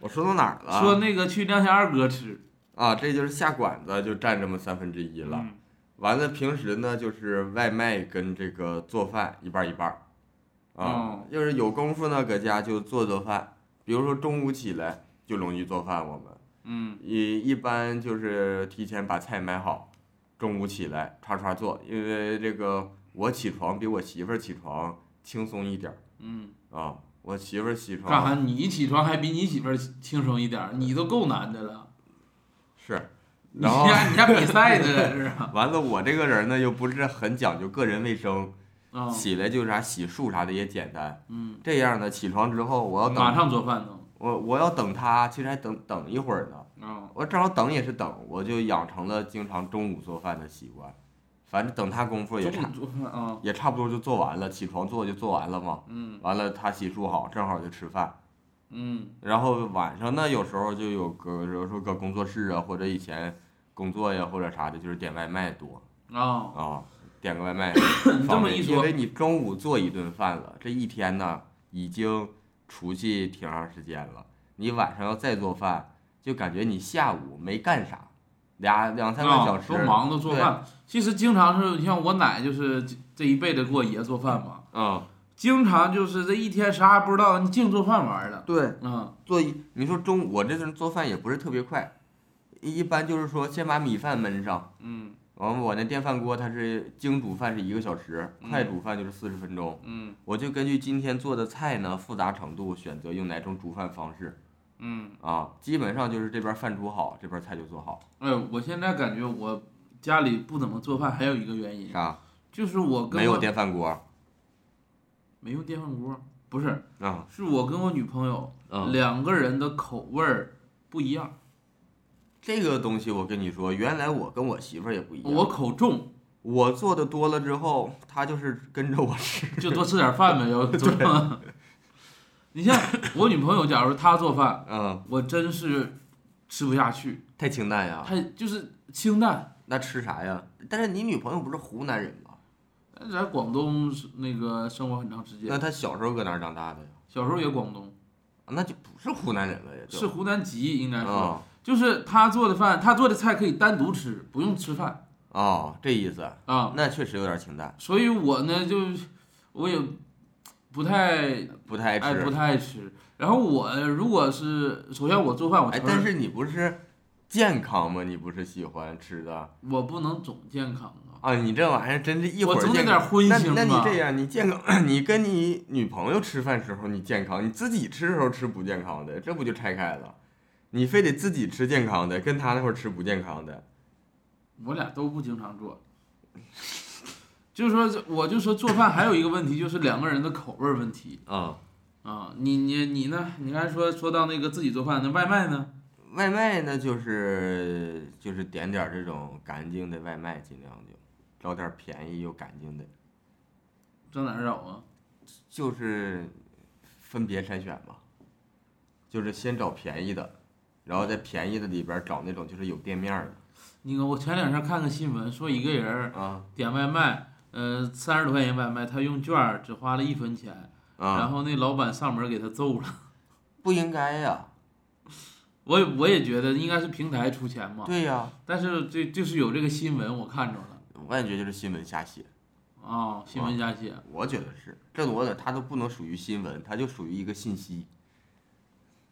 [SPEAKER 2] 我说到哪儿了？
[SPEAKER 1] 说那个去亮相二哥吃
[SPEAKER 2] 啊，这就是下馆子就占这么三分之一了。
[SPEAKER 1] 嗯
[SPEAKER 2] 完了，平时呢就是外卖跟这个做饭一半儿一半儿，啊，
[SPEAKER 1] 哦
[SPEAKER 2] 就是有功夫呢搁家就做做饭，比如说中午起来就容易做饭，我们
[SPEAKER 1] 嗯
[SPEAKER 2] 一一般就是提前把菜买好，中午起来歘歘做，因为这个我起床比我媳妇儿起床轻松一点儿
[SPEAKER 1] 嗯，
[SPEAKER 2] 啊，我媳妇儿起
[SPEAKER 1] 干啥？
[SPEAKER 2] 床
[SPEAKER 1] 你起床还比你媳妇儿轻松一点儿，你都够难的了。
[SPEAKER 2] 是，
[SPEAKER 1] 你
[SPEAKER 2] 然后
[SPEAKER 1] 家你家比赛呢 这是啊？
[SPEAKER 2] 完了我这个人呢又不是很讲究个人卫生。
[SPEAKER 1] 嗯
[SPEAKER 2] 起来就是啥洗漱啥的也简单。
[SPEAKER 1] 嗯，
[SPEAKER 2] 这样呢，起床之后我要
[SPEAKER 1] 马
[SPEAKER 2] 等
[SPEAKER 1] 上做饭呢。
[SPEAKER 2] 我我要等他，其实还等等一会儿呢。
[SPEAKER 1] 啊，
[SPEAKER 2] 我正好等也是等，我就养成了经常中午做饭的习惯。反正等他功夫也
[SPEAKER 1] 中
[SPEAKER 2] 差
[SPEAKER 1] 午做饭啊，
[SPEAKER 2] 也差不多就做完了，起床做就做完了嘛。
[SPEAKER 1] 嗯
[SPEAKER 2] 完了他洗漱好，正好就吃饭。
[SPEAKER 1] 嗯
[SPEAKER 2] 然后晚上呢，有时候就有个比如说搁工作室啊，或者以前工作呀或者啥的，就是点外卖多
[SPEAKER 1] 啊，
[SPEAKER 2] 啊，点个外卖。
[SPEAKER 1] 你这
[SPEAKER 2] 方
[SPEAKER 1] 么
[SPEAKER 2] 便
[SPEAKER 1] 一
[SPEAKER 2] 因
[SPEAKER 1] 说
[SPEAKER 2] 为，你中午做一顿饭了，这一天呢已经出去挺长时间了，你晚上要再做饭，就感觉你下午没干啥，俩两三个
[SPEAKER 1] 啊
[SPEAKER 2] 小时
[SPEAKER 1] 都忙着做饭。其实经常是，你像我奶就是这这一辈子给我爷做饭嘛，
[SPEAKER 2] 嗯，
[SPEAKER 1] 经常就是这一天啥也不知道，你净做饭玩儿了。
[SPEAKER 2] 对，
[SPEAKER 1] 嗯
[SPEAKER 2] 做一你说中午我这阵做饭也不是特别快，一一般就是说先把米饭焖上，
[SPEAKER 1] 嗯
[SPEAKER 2] 完了我那电饭锅它是精煮饭是一个小时，
[SPEAKER 1] 嗯
[SPEAKER 2] 快煮饭就是四十分钟，
[SPEAKER 1] 嗯
[SPEAKER 2] 我就根据今天做的菜呢复杂程度选择用哪种煮饭方式。
[SPEAKER 1] 嗯，
[SPEAKER 2] 啊，基本上就是这边饭煮好，这边菜就做好，
[SPEAKER 1] 哎呦，我现在感觉我家里不怎么做饭，还有一个原因
[SPEAKER 2] 啥？
[SPEAKER 1] 就是我嗯跟
[SPEAKER 2] 啊没有
[SPEAKER 1] 我
[SPEAKER 2] 电饭锅
[SPEAKER 1] 没有电饭锅，不是，
[SPEAKER 2] 啊？
[SPEAKER 1] 是我跟我女朋友
[SPEAKER 2] 嗯，
[SPEAKER 1] 两个人的口味儿不一样，
[SPEAKER 2] 这个东西我跟你说，原来我跟我媳妇儿也不一样，
[SPEAKER 1] 我口重，
[SPEAKER 2] 我做的多了之后，她就是跟着我吃。
[SPEAKER 1] 就多吃点饭 呗，要做饭。 你像我女朋友，假如她做饭，
[SPEAKER 2] 嗯，
[SPEAKER 1] 我真是吃不下去，
[SPEAKER 2] 太清淡呀，
[SPEAKER 1] 她就是清淡。
[SPEAKER 2] 那吃啥呀？但是你女朋友不是湖南人吗？
[SPEAKER 1] 但是在广东是那个生活很长时
[SPEAKER 2] 那
[SPEAKER 1] 间，
[SPEAKER 2] 她小时候搁哪儿长大的呀？
[SPEAKER 1] 小时候也广东，
[SPEAKER 2] 那就不是湖南人了呀，就是
[SPEAKER 1] 湖南籍应该说。
[SPEAKER 2] 啊
[SPEAKER 1] 就是他做的饭，他做的菜可以单独吃，不用吃饭
[SPEAKER 2] 哦，这意思，
[SPEAKER 1] 啊。
[SPEAKER 2] 那确实有点清淡，
[SPEAKER 1] 所以我呢，就我也不太
[SPEAKER 2] 不太爱
[SPEAKER 1] 哎
[SPEAKER 2] 吃。
[SPEAKER 1] 不太爱吃。然后我如果是首先我做饭，我
[SPEAKER 2] 哎
[SPEAKER 1] 承，
[SPEAKER 2] 但
[SPEAKER 1] 认
[SPEAKER 2] 是你不是健康吗？你不是喜欢吃的？
[SPEAKER 1] 我不能总健康啊。
[SPEAKER 2] 啊，你这玩意儿真是一会
[SPEAKER 1] 我
[SPEAKER 2] 儿
[SPEAKER 1] 总得
[SPEAKER 2] 健
[SPEAKER 1] 点
[SPEAKER 2] 康
[SPEAKER 1] 荤
[SPEAKER 2] 那
[SPEAKER 1] 腥
[SPEAKER 2] 那你
[SPEAKER 1] 吧
[SPEAKER 2] 这样，你健康， 你跟你女朋友吃饭时候你健康，你自己吃的时候吃不健康的，这不就拆开了？你非得自己吃健康的，跟她那会儿吃不健康的，
[SPEAKER 1] 我俩都不经常做，就是说这，我就说做饭还有一个问题，就是两个人的口味儿问题
[SPEAKER 2] 啊、
[SPEAKER 1] 啊。你你你呢？你刚才说说到那个自己做饭，那外卖呢？
[SPEAKER 2] 外卖呢，就是就是点点儿这种干净的外卖，尽量就找点儿便宜又干净的，
[SPEAKER 1] 上哪儿找啊？
[SPEAKER 2] 就是分别筛选嘛，就是先找便宜的，然后在便宜的里边儿找那种就是有店面儿
[SPEAKER 1] 那个我前两天看个新闻，说一个人儿
[SPEAKER 2] 的啊
[SPEAKER 1] 点外卖，呃，三十多块钱外卖，他用券儿只花了一分钱，
[SPEAKER 2] 啊。
[SPEAKER 1] 然后那老板上门给他揍了。
[SPEAKER 2] 不应该呀、
[SPEAKER 1] 我也我也觉得应该是平台出钱嘛，
[SPEAKER 2] 对呀、
[SPEAKER 1] 但是这就是有这个新闻我看着了
[SPEAKER 2] 我感觉就是新闻瞎写，
[SPEAKER 1] 啊、啊，新闻加写，
[SPEAKER 2] 我觉得是这种，我觉得它都不能属于新闻，它就属于一个信息。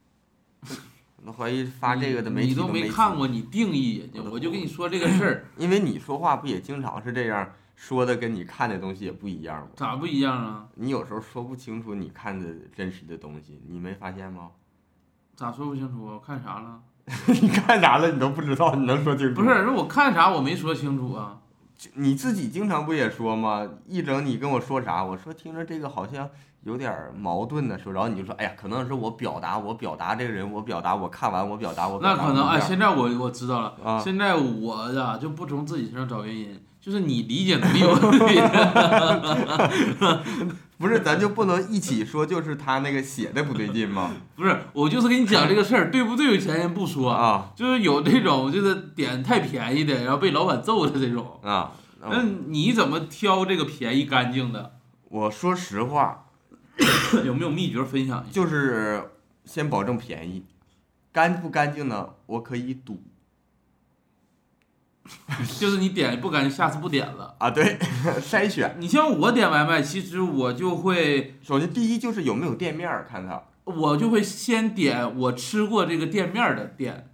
[SPEAKER 2] 我怀疑发这个的媒
[SPEAKER 1] 你
[SPEAKER 2] 体
[SPEAKER 1] 你都
[SPEAKER 2] 没
[SPEAKER 1] 没
[SPEAKER 2] 死
[SPEAKER 1] 看过，你定义人家，我就跟你说这个事儿
[SPEAKER 2] 因为你说话不也经常是这样说的，跟你看的东西也不一样吗？
[SPEAKER 1] 咋不一样啊？
[SPEAKER 2] 你有时候说不清楚你看的真实的东西，你没发现吗？
[SPEAKER 1] 咋说不清楚啊？我看啥了？
[SPEAKER 2] 你看啥了？你都不知道，你能说清楚？
[SPEAKER 1] 不是，，是我看啥我没说清楚啊。
[SPEAKER 2] 你自己经常不也说吗？一整你跟我说啥，我说听着这个好像有点儿矛盾呢，说，然后你就说，哎呀，可能是我表达，我表达这个人，我表达，我看完我表达，我表
[SPEAKER 1] 那
[SPEAKER 2] 达
[SPEAKER 1] 可能
[SPEAKER 2] 我表
[SPEAKER 1] 哎，
[SPEAKER 2] 达
[SPEAKER 1] 现在我我知道了，
[SPEAKER 2] 啊
[SPEAKER 1] 现在我呀就不从自己身上找原因，就是你理解能力有问题。
[SPEAKER 2] 不是，咱就不能一起说，就是他那个写的不对劲吗？
[SPEAKER 1] 不是，我就是跟你讲这个事儿对不对，前人不说，
[SPEAKER 2] 啊
[SPEAKER 1] 就是有这种就是点太便宜的，然后被老板揍的这种。
[SPEAKER 2] 啊，那
[SPEAKER 1] 那你怎么挑这个便宜干净 的？
[SPEAKER 2] 我说实话，
[SPEAKER 1] 有没有秘诀分 享一下？
[SPEAKER 2] 就是先保证便宜，干不干净呢？我可以赌
[SPEAKER 1] 就是你点不干净，下次不点了。
[SPEAKER 2] 啊，对， 筛选。
[SPEAKER 1] 你像我点外卖，其实我就会，
[SPEAKER 2] 首先第一就是有没有店面儿，看它。
[SPEAKER 1] 我就会先点我吃过这个店面儿的店，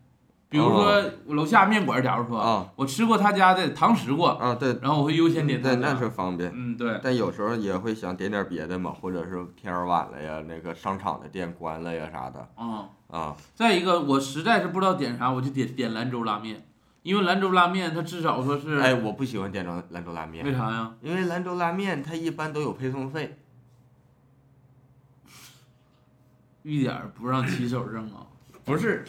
[SPEAKER 1] 比如
[SPEAKER 2] 哦
[SPEAKER 1] 说我楼下面馆儿，假如说
[SPEAKER 2] 啊
[SPEAKER 1] 我吃过他家的堂食过，
[SPEAKER 2] 啊，对，
[SPEAKER 1] 然后我会优先点他
[SPEAKER 2] 对，那
[SPEAKER 1] 家。
[SPEAKER 2] 是方便。
[SPEAKER 1] 嗯，对，
[SPEAKER 2] 但有时候也会想点点别的嘛，或者是天儿晚了呀，那个商场的店关了呀啥的
[SPEAKER 1] 嗯。
[SPEAKER 2] 啊。
[SPEAKER 1] 再一个，我实在是不知道点啥，我就点点兰州拉面，因为兰州拉面它至少说是，
[SPEAKER 2] 哎，我不喜欢点兰兰州拉面
[SPEAKER 1] 为，啥呀？
[SPEAKER 2] 因为兰州拉面它一般都有配送费。
[SPEAKER 1] 一点儿不让骑手扔啊！
[SPEAKER 2] 不是，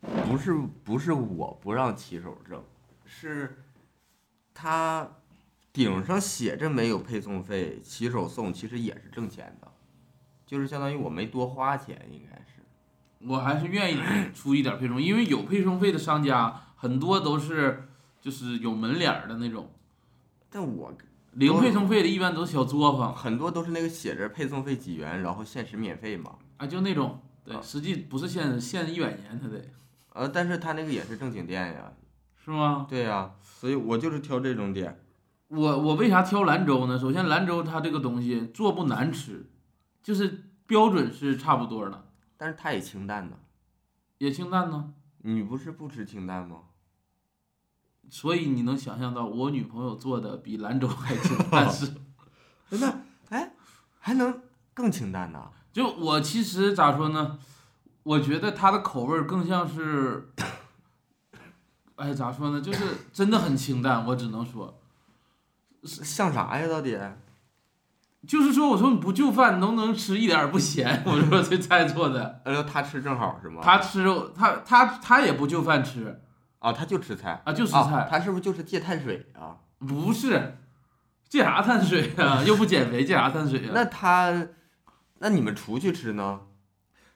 [SPEAKER 2] 不是不是我不让骑手挣，是他顶上写着没有配送费，骑手送其实也是挣钱的，就是相当于我没多花钱，应该是。
[SPEAKER 1] 我还是愿意出一点儿配送，因为有配送费的商家很多都是就是有门脸儿的那种，
[SPEAKER 2] 但我
[SPEAKER 1] 零配送费的一般都是小作坊
[SPEAKER 2] 很多都是那个写着配送费几元，然后限时免费嘛。
[SPEAKER 1] 啊，就那种，对，
[SPEAKER 2] 啊
[SPEAKER 1] 实际不是限限一百年，他得
[SPEAKER 2] 呃，但是他那个也是正经店呀，
[SPEAKER 1] 是吗？
[SPEAKER 2] 对呀、所以我就是挑这种点。
[SPEAKER 1] 我我为啥挑兰州呢？首先兰州它这个东西做不难吃，就是标准是差不多的，
[SPEAKER 2] 但是它也清淡呢，
[SPEAKER 1] 也清淡呢。
[SPEAKER 2] 你不是不吃清淡吗？
[SPEAKER 1] 所以你能想象到我女朋友做的比兰州还清淡是
[SPEAKER 2] 真的，哎，还能更清淡呢？
[SPEAKER 1] 就我其实咋说呢？我觉得它的口味儿更像是，哎，咋说呢？就是真的很清淡，我只能说，
[SPEAKER 2] 像啥呀？到底？哎
[SPEAKER 1] 就是说，我说你不就饭，能不能吃一点儿不咸？ 我说这菜做的，
[SPEAKER 2] 呃，他吃正好是吗？
[SPEAKER 1] 他吃他他他也不就饭吃
[SPEAKER 2] 啊，他就吃菜，
[SPEAKER 1] 啊，就吃
[SPEAKER 2] 啊，
[SPEAKER 1] 菜，
[SPEAKER 2] 他是不是就是戒碳水啊？
[SPEAKER 1] 不是戒啥碳水啊？ 又不减肥，戒啥碳水啊？
[SPEAKER 2] 那他，那你们出去吃呢？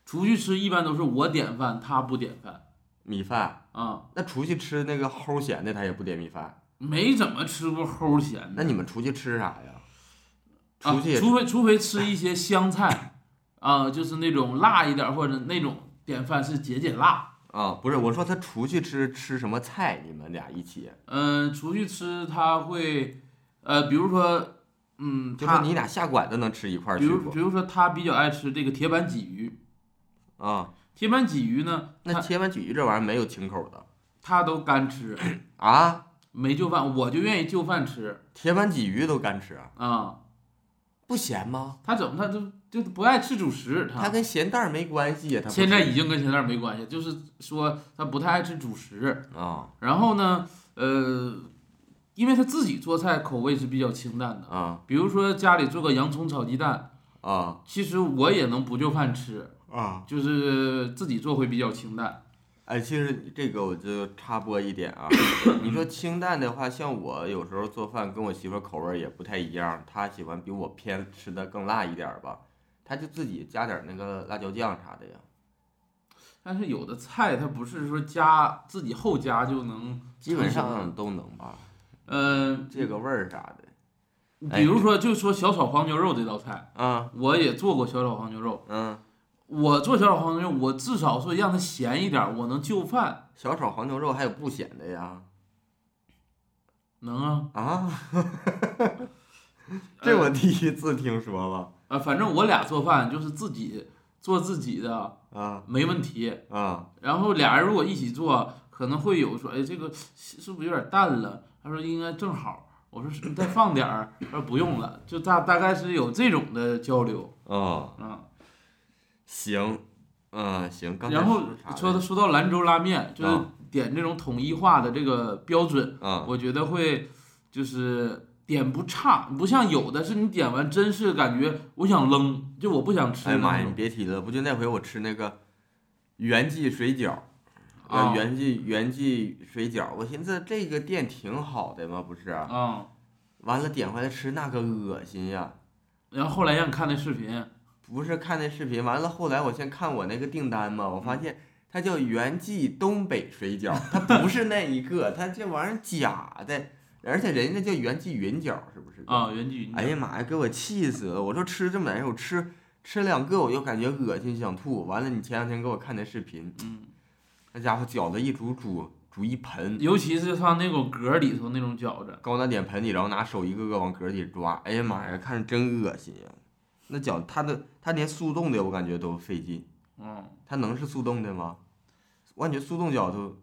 [SPEAKER 1] 出去吃一般都是我点饭，他不点饭
[SPEAKER 2] 米饭？
[SPEAKER 1] 啊，
[SPEAKER 2] 那出去吃那个齁咸的，他也不点米饭。
[SPEAKER 1] 没怎么吃过齁咸的
[SPEAKER 2] 那。你们出去吃啥呀？
[SPEAKER 1] 啊
[SPEAKER 2] 出去也
[SPEAKER 1] 除非除非吃一些香菜，啊，就是那种辣一点或者那种点饭是解解辣。
[SPEAKER 2] 啊，不是，我说他出去吃吃什么菜？你们俩一起，
[SPEAKER 1] 嗯、出去吃他会，呃，比如说，嗯，
[SPEAKER 2] 就是
[SPEAKER 1] 他
[SPEAKER 2] 你俩下馆子能吃一块儿
[SPEAKER 1] 比
[SPEAKER 2] 去
[SPEAKER 1] 如比
[SPEAKER 2] 不？
[SPEAKER 1] 如说他比较爱吃这个铁板鲫鱼，
[SPEAKER 2] 啊，
[SPEAKER 1] 铁板鲫鱼呢，
[SPEAKER 2] 那
[SPEAKER 1] 他
[SPEAKER 2] 铁板鲫鱼这玩意儿没有清口的
[SPEAKER 1] 他都干 吃，
[SPEAKER 2] 啊，
[SPEAKER 1] 没就饭，我就愿意就饭吃
[SPEAKER 2] 铁板鲫鱼都干吃，
[SPEAKER 1] 啊。
[SPEAKER 2] 不咸吗？
[SPEAKER 1] 他怎么他就就不爱吃主食，
[SPEAKER 2] 它
[SPEAKER 1] 他
[SPEAKER 2] 跟咸蛋儿没关系，它不
[SPEAKER 1] 啊现在
[SPEAKER 2] 是
[SPEAKER 1] 已经跟咸蛋没关系，就是说他不太爱吃主食。
[SPEAKER 2] 啊
[SPEAKER 1] 然后呢，呃，因为他自己做菜口味是比较清淡的，
[SPEAKER 2] 啊
[SPEAKER 1] 比如说家里做个洋葱炒鸡蛋，
[SPEAKER 2] 啊
[SPEAKER 1] 其实我也能不就饭吃，
[SPEAKER 2] 啊！
[SPEAKER 1] 就是自己做会比较清淡。
[SPEAKER 2] 哎，其实这个我就插播一点 啊，你说清淡的话，像我有时候做饭跟我媳妇儿口味儿也不太一样，她喜欢比我偏吃的更辣一点儿吧，她就自己加点儿那个辣椒酱啥的呀。
[SPEAKER 1] 但是有的菜它不是说加自己后加就能，
[SPEAKER 2] 基本上都能吧，
[SPEAKER 1] 呃，
[SPEAKER 2] 借个味儿啥的
[SPEAKER 1] 比如说就说小炒黄牛肉这道菜，
[SPEAKER 2] 啊，
[SPEAKER 1] 我也做过小炒黄牛肉。
[SPEAKER 2] 嗯，
[SPEAKER 1] 我做小炒黄牛肉，我至少说让它咸一点，我能就饭。
[SPEAKER 2] 小炒黄牛肉还有不咸的呀，
[SPEAKER 1] 能啊，
[SPEAKER 2] 啊，
[SPEAKER 1] 呃
[SPEAKER 2] 这我第一次听说了
[SPEAKER 1] 啊，反正我俩做饭就是自己做自己的，
[SPEAKER 2] 啊
[SPEAKER 1] 没问题。
[SPEAKER 2] 啊
[SPEAKER 1] 然后俩人如果一起做，可能会有说，哎，这个是不是有点淡了？他说应该正好。我说你再放点儿，他说不用了，就大大概是有这种的交流
[SPEAKER 2] 啊，
[SPEAKER 1] 啊。
[SPEAKER 2] 行，嗯行，刚才
[SPEAKER 1] 然后
[SPEAKER 2] 说
[SPEAKER 1] 说
[SPEAKER 2] 的
[SPEAKER 1] 到说到兰州拉面，就是
[SPEAKER 2] 啊
[SPEAKER 1] 点这种统一化的这个标准，
[SPEAKER 2] 啊
[SPEAKER 1] 我觉得会就是点不差，不像有的是你点完真是感觉我想扔，就我不想吃
[SPEAKER 2] 哎呀妈
[SPEAKER 1] 那
[SPEAKER 2] 呀，你
[SPEAKER 1] 种
[SPEAKER 2] 别提了，不就那回我吃那个元记水饺，
[SPEAKER 1] 啊
[SPEAKER 2] 呃，元记元记水饺，我寻思这个店挺好的嘛，不是？
[SPEAKER 1] 啊。
[SPEAKER 2] 完了点回来吃那个恶心呀！
[SPEAKER 1] 然后后来让你看那视频，
[SPEAKER 2] 不是看那视频，完了后来我先看我那个订单嘛，我
[SPEAKER 1] 嗯
[SPEAKER 2] 发现它叫元记东北水饺，它不是那一个，它这玩意儿假的，而且人家叫元记云饺，是不是？
[SPEAKER 1] 啊，袁继云的。
[SPEAKER 2] 哎呀妈呀，给我气死了！我说吃这么难受，吃吃两个我就感觉恶心想吐。完了，你前两天给我看那视频，
[SPEAKER 1] 嗯，
[SPEAKER 2] 那家伙饺子一煮煮煮一盆，
[SPEAKER 1] 尤其是它那种格儿里头那种饺子，
[SPEAKER 2] 高拿点盆里，然后拿手一个个往格里抓。哎呀妈呀，看着真恶心呀、那饺它的它连速冻的我感觉都费劲，
[SPEAKER 1] 嗯，
[SPEAKER 2] 它能是速冻的吗？我感觉速冻饺子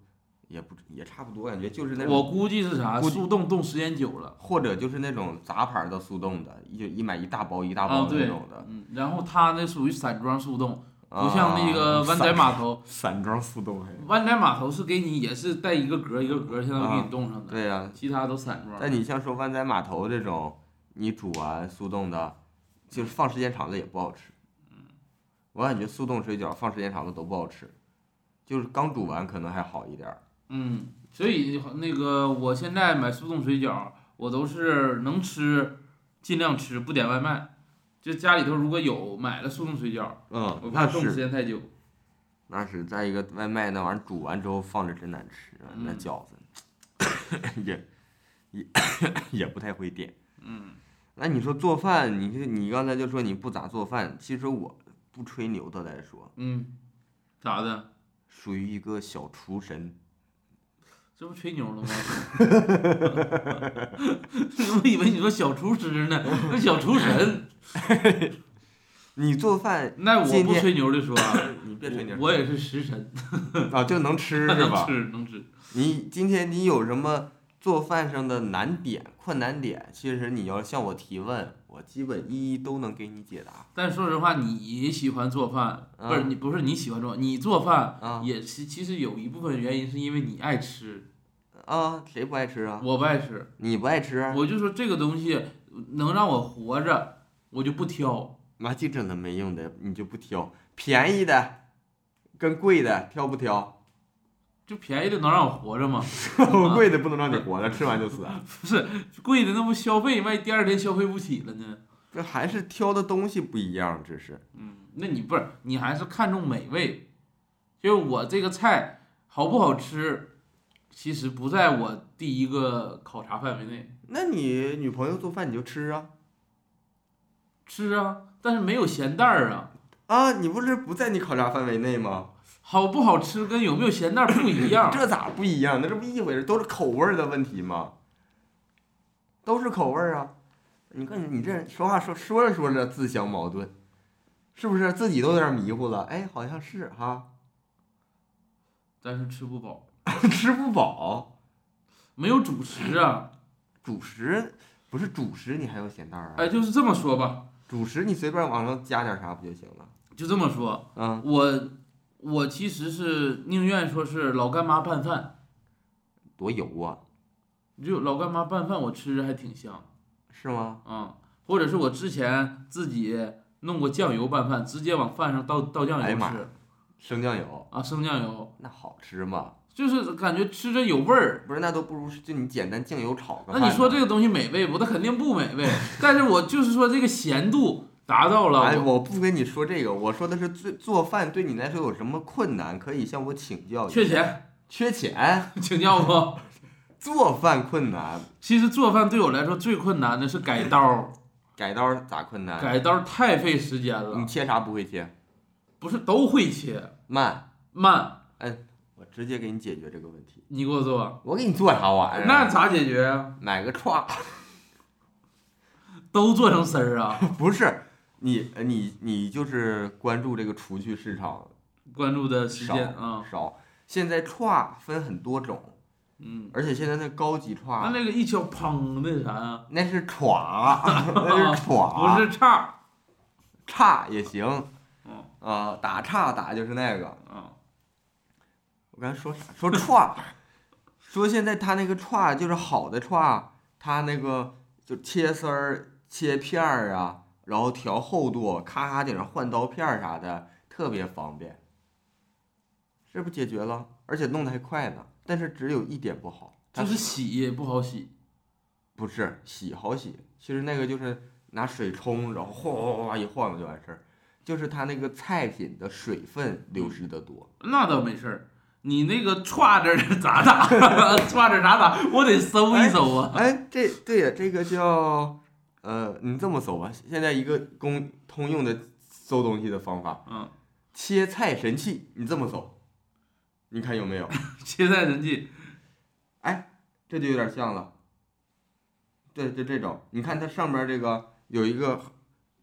[SPEAKER 2] 也不也差不多，感觉就是那种
[SPEAKER 1] 我估计是啥，
[SPEAKER 2] 估计
[SPEAKER 1] 速冻冻时间久了，
[SPEAKER 2] 或者就是那种杂牌的速冻的，一一买一大包一大
[SPEAKER 1] 啊
[SPEAKER 2] 包的那
[SPEAKER 1] 对
[SPEAKER 2] 种的，
[SPEAKER 1] 嗯，然后它那属于散装速冻，
[SPEAKER 2] 啊
[SPEAKER 1] 不像那个湾仔码头，
[SPEAKER 2] 散装速冻还。
[SPEAKER 1] 湾仔码头是给你也是带一个格儿一个格儿，相当于给
[SPEAKER 2] 啊
[SPEAKER 1] 你冻上的，
[SPEAKER 2] 对呀、
[SPEAKER 1] 其他都散装。
[SPEAKER 2] 但你像说湾仔码头这种，你煮完速冻的，就是放时间长了也不好吃。
[SPEAKER 1] 嗯
[SPEAKER 2] 我感觉速冻水饺放时间长了都不好吃，就是刚煮完可能还好一点儿。
[SPEAKER 1] 嗯，所以那个我现在买速冻水饺，我都是能吃尽量吃，不点外卖。就家里头如果有买了速冻水饺，
[SPEAKER 2] 嗯
[SPEAKER 1] 我怕
[SPEAKER 2] 那
[SPEAKER 1] 冻时
[SPEAKER 2] 是
[SPEAKER 1] 间太久。
[SPEAKER 2] 那是。再一个外卖那玩意儿煮完之后放着真难吃啊，那
[SPEAKER 1] 嗯
[SPEAKER 2] 饺子 也也也不太会点。
[SPEAKER 1] 嗯
[SPEAKER 2] 那你说做饭，你就你刚才就说你不咋做饭，其实我不吹牛的来说，
[SPEAKER 1] 嗯，咋的？
[SPEAKER 2] 属于一个小厨神。
[SPEAKER 1] 这不吹牛了吗？ 我以为你说小厨师呢，那小厨神。
[SPEAKER 2] 你做饭，
[SPEAKER 1] 那我
[SPEAKER 2] 今
[SPEAKER 1] 不
[SPEAKER 2] 天
[SPEAKER 1] 吹牛的说啊，
[SPEAKER 2] 嗯你别吹牛，
[SPEAKER 1] 我也是食神，
[SPEAKER 2] 啊，就能吃是
[SPEAKER 1] 能
[SPEAKER 2] 吧？
[SPEAKER 1] 吃能吃。
[SPEAKER 2] 你今天你有什么做饭上的难点、困难点？其实你要向我提问，我基本一一都能给你解答
[SPEAKER 1] 但说实话，你喜欢做饭，不是
[SPEAKER 2] 嗯
[SPEAKER 1] 你不是你喜欢做，你做饭
[SPEAKER 2] 啊
[SPEAKER 1] 也其其实有一部分原因是因为你爱吃，
[SPEAKER 2] 啊！谁不爱吃啊？
[SPEAKER 1] 我不爱吃。
[SPEAKER 2] 你不爱吃，啊
[SPEAKER 1] 我就说这个东西能让我活着，我就不挑。
[SPEAKER 2] 妈净整那没用的，你就不挑便宜的，跟贵的挑不挑？
[SPEAKER 1] 就便宜的能让我活着吗？
[SPEAKER 2] 贵的不能让你活着，吃完就死。
[SPEAKER 1] 不是贵的那不消费，万一第二天消费不起了呢？
[SPEAKER 2] 这 还是挑的东西不一样，只是
[SPEAKER 1] 嗯，那你不是你还是看重美味，就是我这个菜好不好吃，其实不在我第一个考察范围内。
[SPEAKER 2] 那你女朋友做饭你就吃啊
[SPEAKER 1] 吃啊，但是没有咸淡儿啊，
[SPEAKER 2] 啊！你不是不在你考察范围内吗？
[SPEAKER 1] 好不好吃跟有没有咸淡儿不一样。
[SPEAKER 2] 这咋不一样？那这不一回事，都是口味儿的问题吗？都是口味儿啊！你看你这人说话说说着说着自相矛盾，是不是自己都有点迷糊了？哎，好像是哈，
[SPEAKER 1] 但是吃不饱，
[SPEAKER 2] 吃不饱，
[SPEAKER 1] 没有主食啊。
[SPEAKER 2] 主食不是主食，你还有咸淡儿啊？
[SPEAKER 1] 哎，就是这么说吧，
[SPEAKER 2] 主食你随便往上加点啥不就行了？
[SPEAKER 1] 就这么说，
[SPEAKER 2] 嗯，
[SPEAKER 1] 我我其实是宁愿说是老干妈拌饭，
[SPEAKER 2] 多油啊，
[SPEAKER 1] 就老干妈拌饭我吃着还挺香。
[SPEAKER 2] 是吗？
[SPEAKER 1] 嗯，或者是我之前自己弄过酱油拌饭，直接往饭上倒倒酱
[SPEAKER 2] 哎呀
[SPEAKER 1] 油
[SPEAKER 2] 妈
[SPEAKER 1] 吃
[SPEAKER 2] 生酱油
[SPEAKER 1] 啊，生酱油，
[SPEAKER 2] 那好吃吗？
[SPEAKER 1] 就是感觉吃着有味儿。
[SPEAKER 2] 不是，那都不如就你简单酱油炒个
[SPEAKER 1] 那
[SPEAKER 2] 饭呢。
[SPEAKER 1] 你说这个东西美味不？它肯定不美味，但是我就是说这个咸度达到了
[SPEAKER 2] 哎，
[SPEAKER 1] 我，
[SPEAKER 2] 我不跟你说这个，我说的是做做饭对你来说有什么困难，可以向我请教一下。
[SPEAKER 1] 缺钱，
[SPEAKER 2] 缺钱，
[SPEAKER 1] 请教我。
[SPEAKER 2] 做饭困难，
[SPEAKER 1] 其实做饭对我来说最困难的是改刀儿，
[SPEAKER 2] 改刀咋困难？
[SPEAKER 1] 改刀儿太费时间
[SPEAKER 2] 你
[SPEAKER 1] 了，
[SPEAKER 2] 切啥不会切？
[SPEAKER 1] 不是都会切
[SPEAKER 2] 慢，
[SPEAKER 1] 慢，
[SPEAKER 2] 哎，我知直接给你解决这个问题。
[SPEAKER 1] 你给我做，
[SPEAKER 2] 我给你做啥玩意儿？
[SPEAKER 1] 那咋解决啊？
[SPEAKER 2] 买个歘？
[SPEAKER 1] 都做成丝儿啊？
[SPEAKER 2] 不是你呃你你就是关注这个厨具市场
[SPEAKER 1] 关注的时
[SPEAKER 2] 少
[SPEAKER 1] 间啊，
[SPEAKER 2] 少。现在歘分很多种，
[SPEAKER 1] 嗯，啊
[SPEAKER 2] 而且现在那高级歘
[SPEAKER 1] 那那个一敲砰的啥呀？
[SPEAKER 2] 那 是歘，那是歘，
[SPEAKER 1] 不是叉
[SPEAKER 2] 叉也行。
[SPEAKER 1] 嗯
[SPEAKER 2] 啊，打岔打就是那个。
[SPEAKER 1] 啊，
[SPEAKER 2] 我刚才说啥？说歘， 说现在他那个歘就是好的歘，他那个就切丝儿、切片儿啊，然后调厚度，咔咔顶上换刀片儿啥的，特别方便。这不解决了，而且弄得还快呢。但是只有一点不好，它
[SPEAKER 1] 就是洗不好洗，
[SPEAKER 2] 不是洗好洗，其实那个就是拿水冲，然后哗哗哗哗一晃就完事儿。就是它那个菜品的水分流失的多，
[SPEAKER 1] 那倒没事儿。你那个歘字儿咋打？歘字儿咋打？我得搜一搜啊。
[SPEAKER 2] 哎，这对呀，这个叫呃，你这么搜吧，现在一个公通用的搜东西的方法，
[SPEAKER 1] 嗯，
[SPEAKER 2] 切菜神器，你这么搜，你看有没有？
[SPEAKER 1] 切菜神器，
[SPEAKER 2] 这就有点像了。对，就这种，你看它上边这个有一个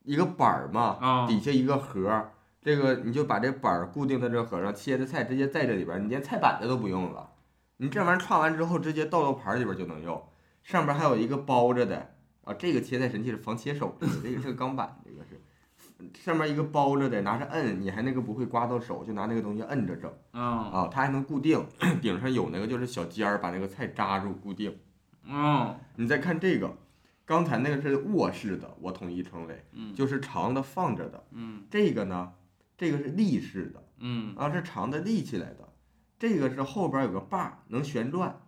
[SPEAKER 2] 一个板儿嘛，
[SPEAKER 1] 啊
[SPEAKER 2] 底下一个盒儿，这个你就把这板儿固定在这盒上，切的菜直接在这里边儿，你连菜板子都不用了。你这玩意儿串完之后，直接倒到盘儿里边儿就能用。上边儿还有一个包着的啊，这个切菜神器是防切手的，这个是个钢板，这个是上面一个包着的，拿着摁，你还那个不会刮到手，就拿那个东西摁着整。
[SPEAKER 1] 嗯
[SPEAKER 2] 啊，它还能固定， 顶上有那个就是小尖儿，把那个菜扎住固定。
[SPEAKER 1] 嗯
[SPEAKER 2] 你再看这个，刚才那个是卧式的，我统一称为，
[SPEAKER 1] 嗯
[SPEAKER 2] 就是长的放着的。
[SPEAKER 1] 嗯
[SPEAKER 2] 这个呢，这个是立式的，
[SPEAKER 1] 嗯
[SPEAKER 2] 啊，是长的立起来的。这个是后边有个把儿能旋转，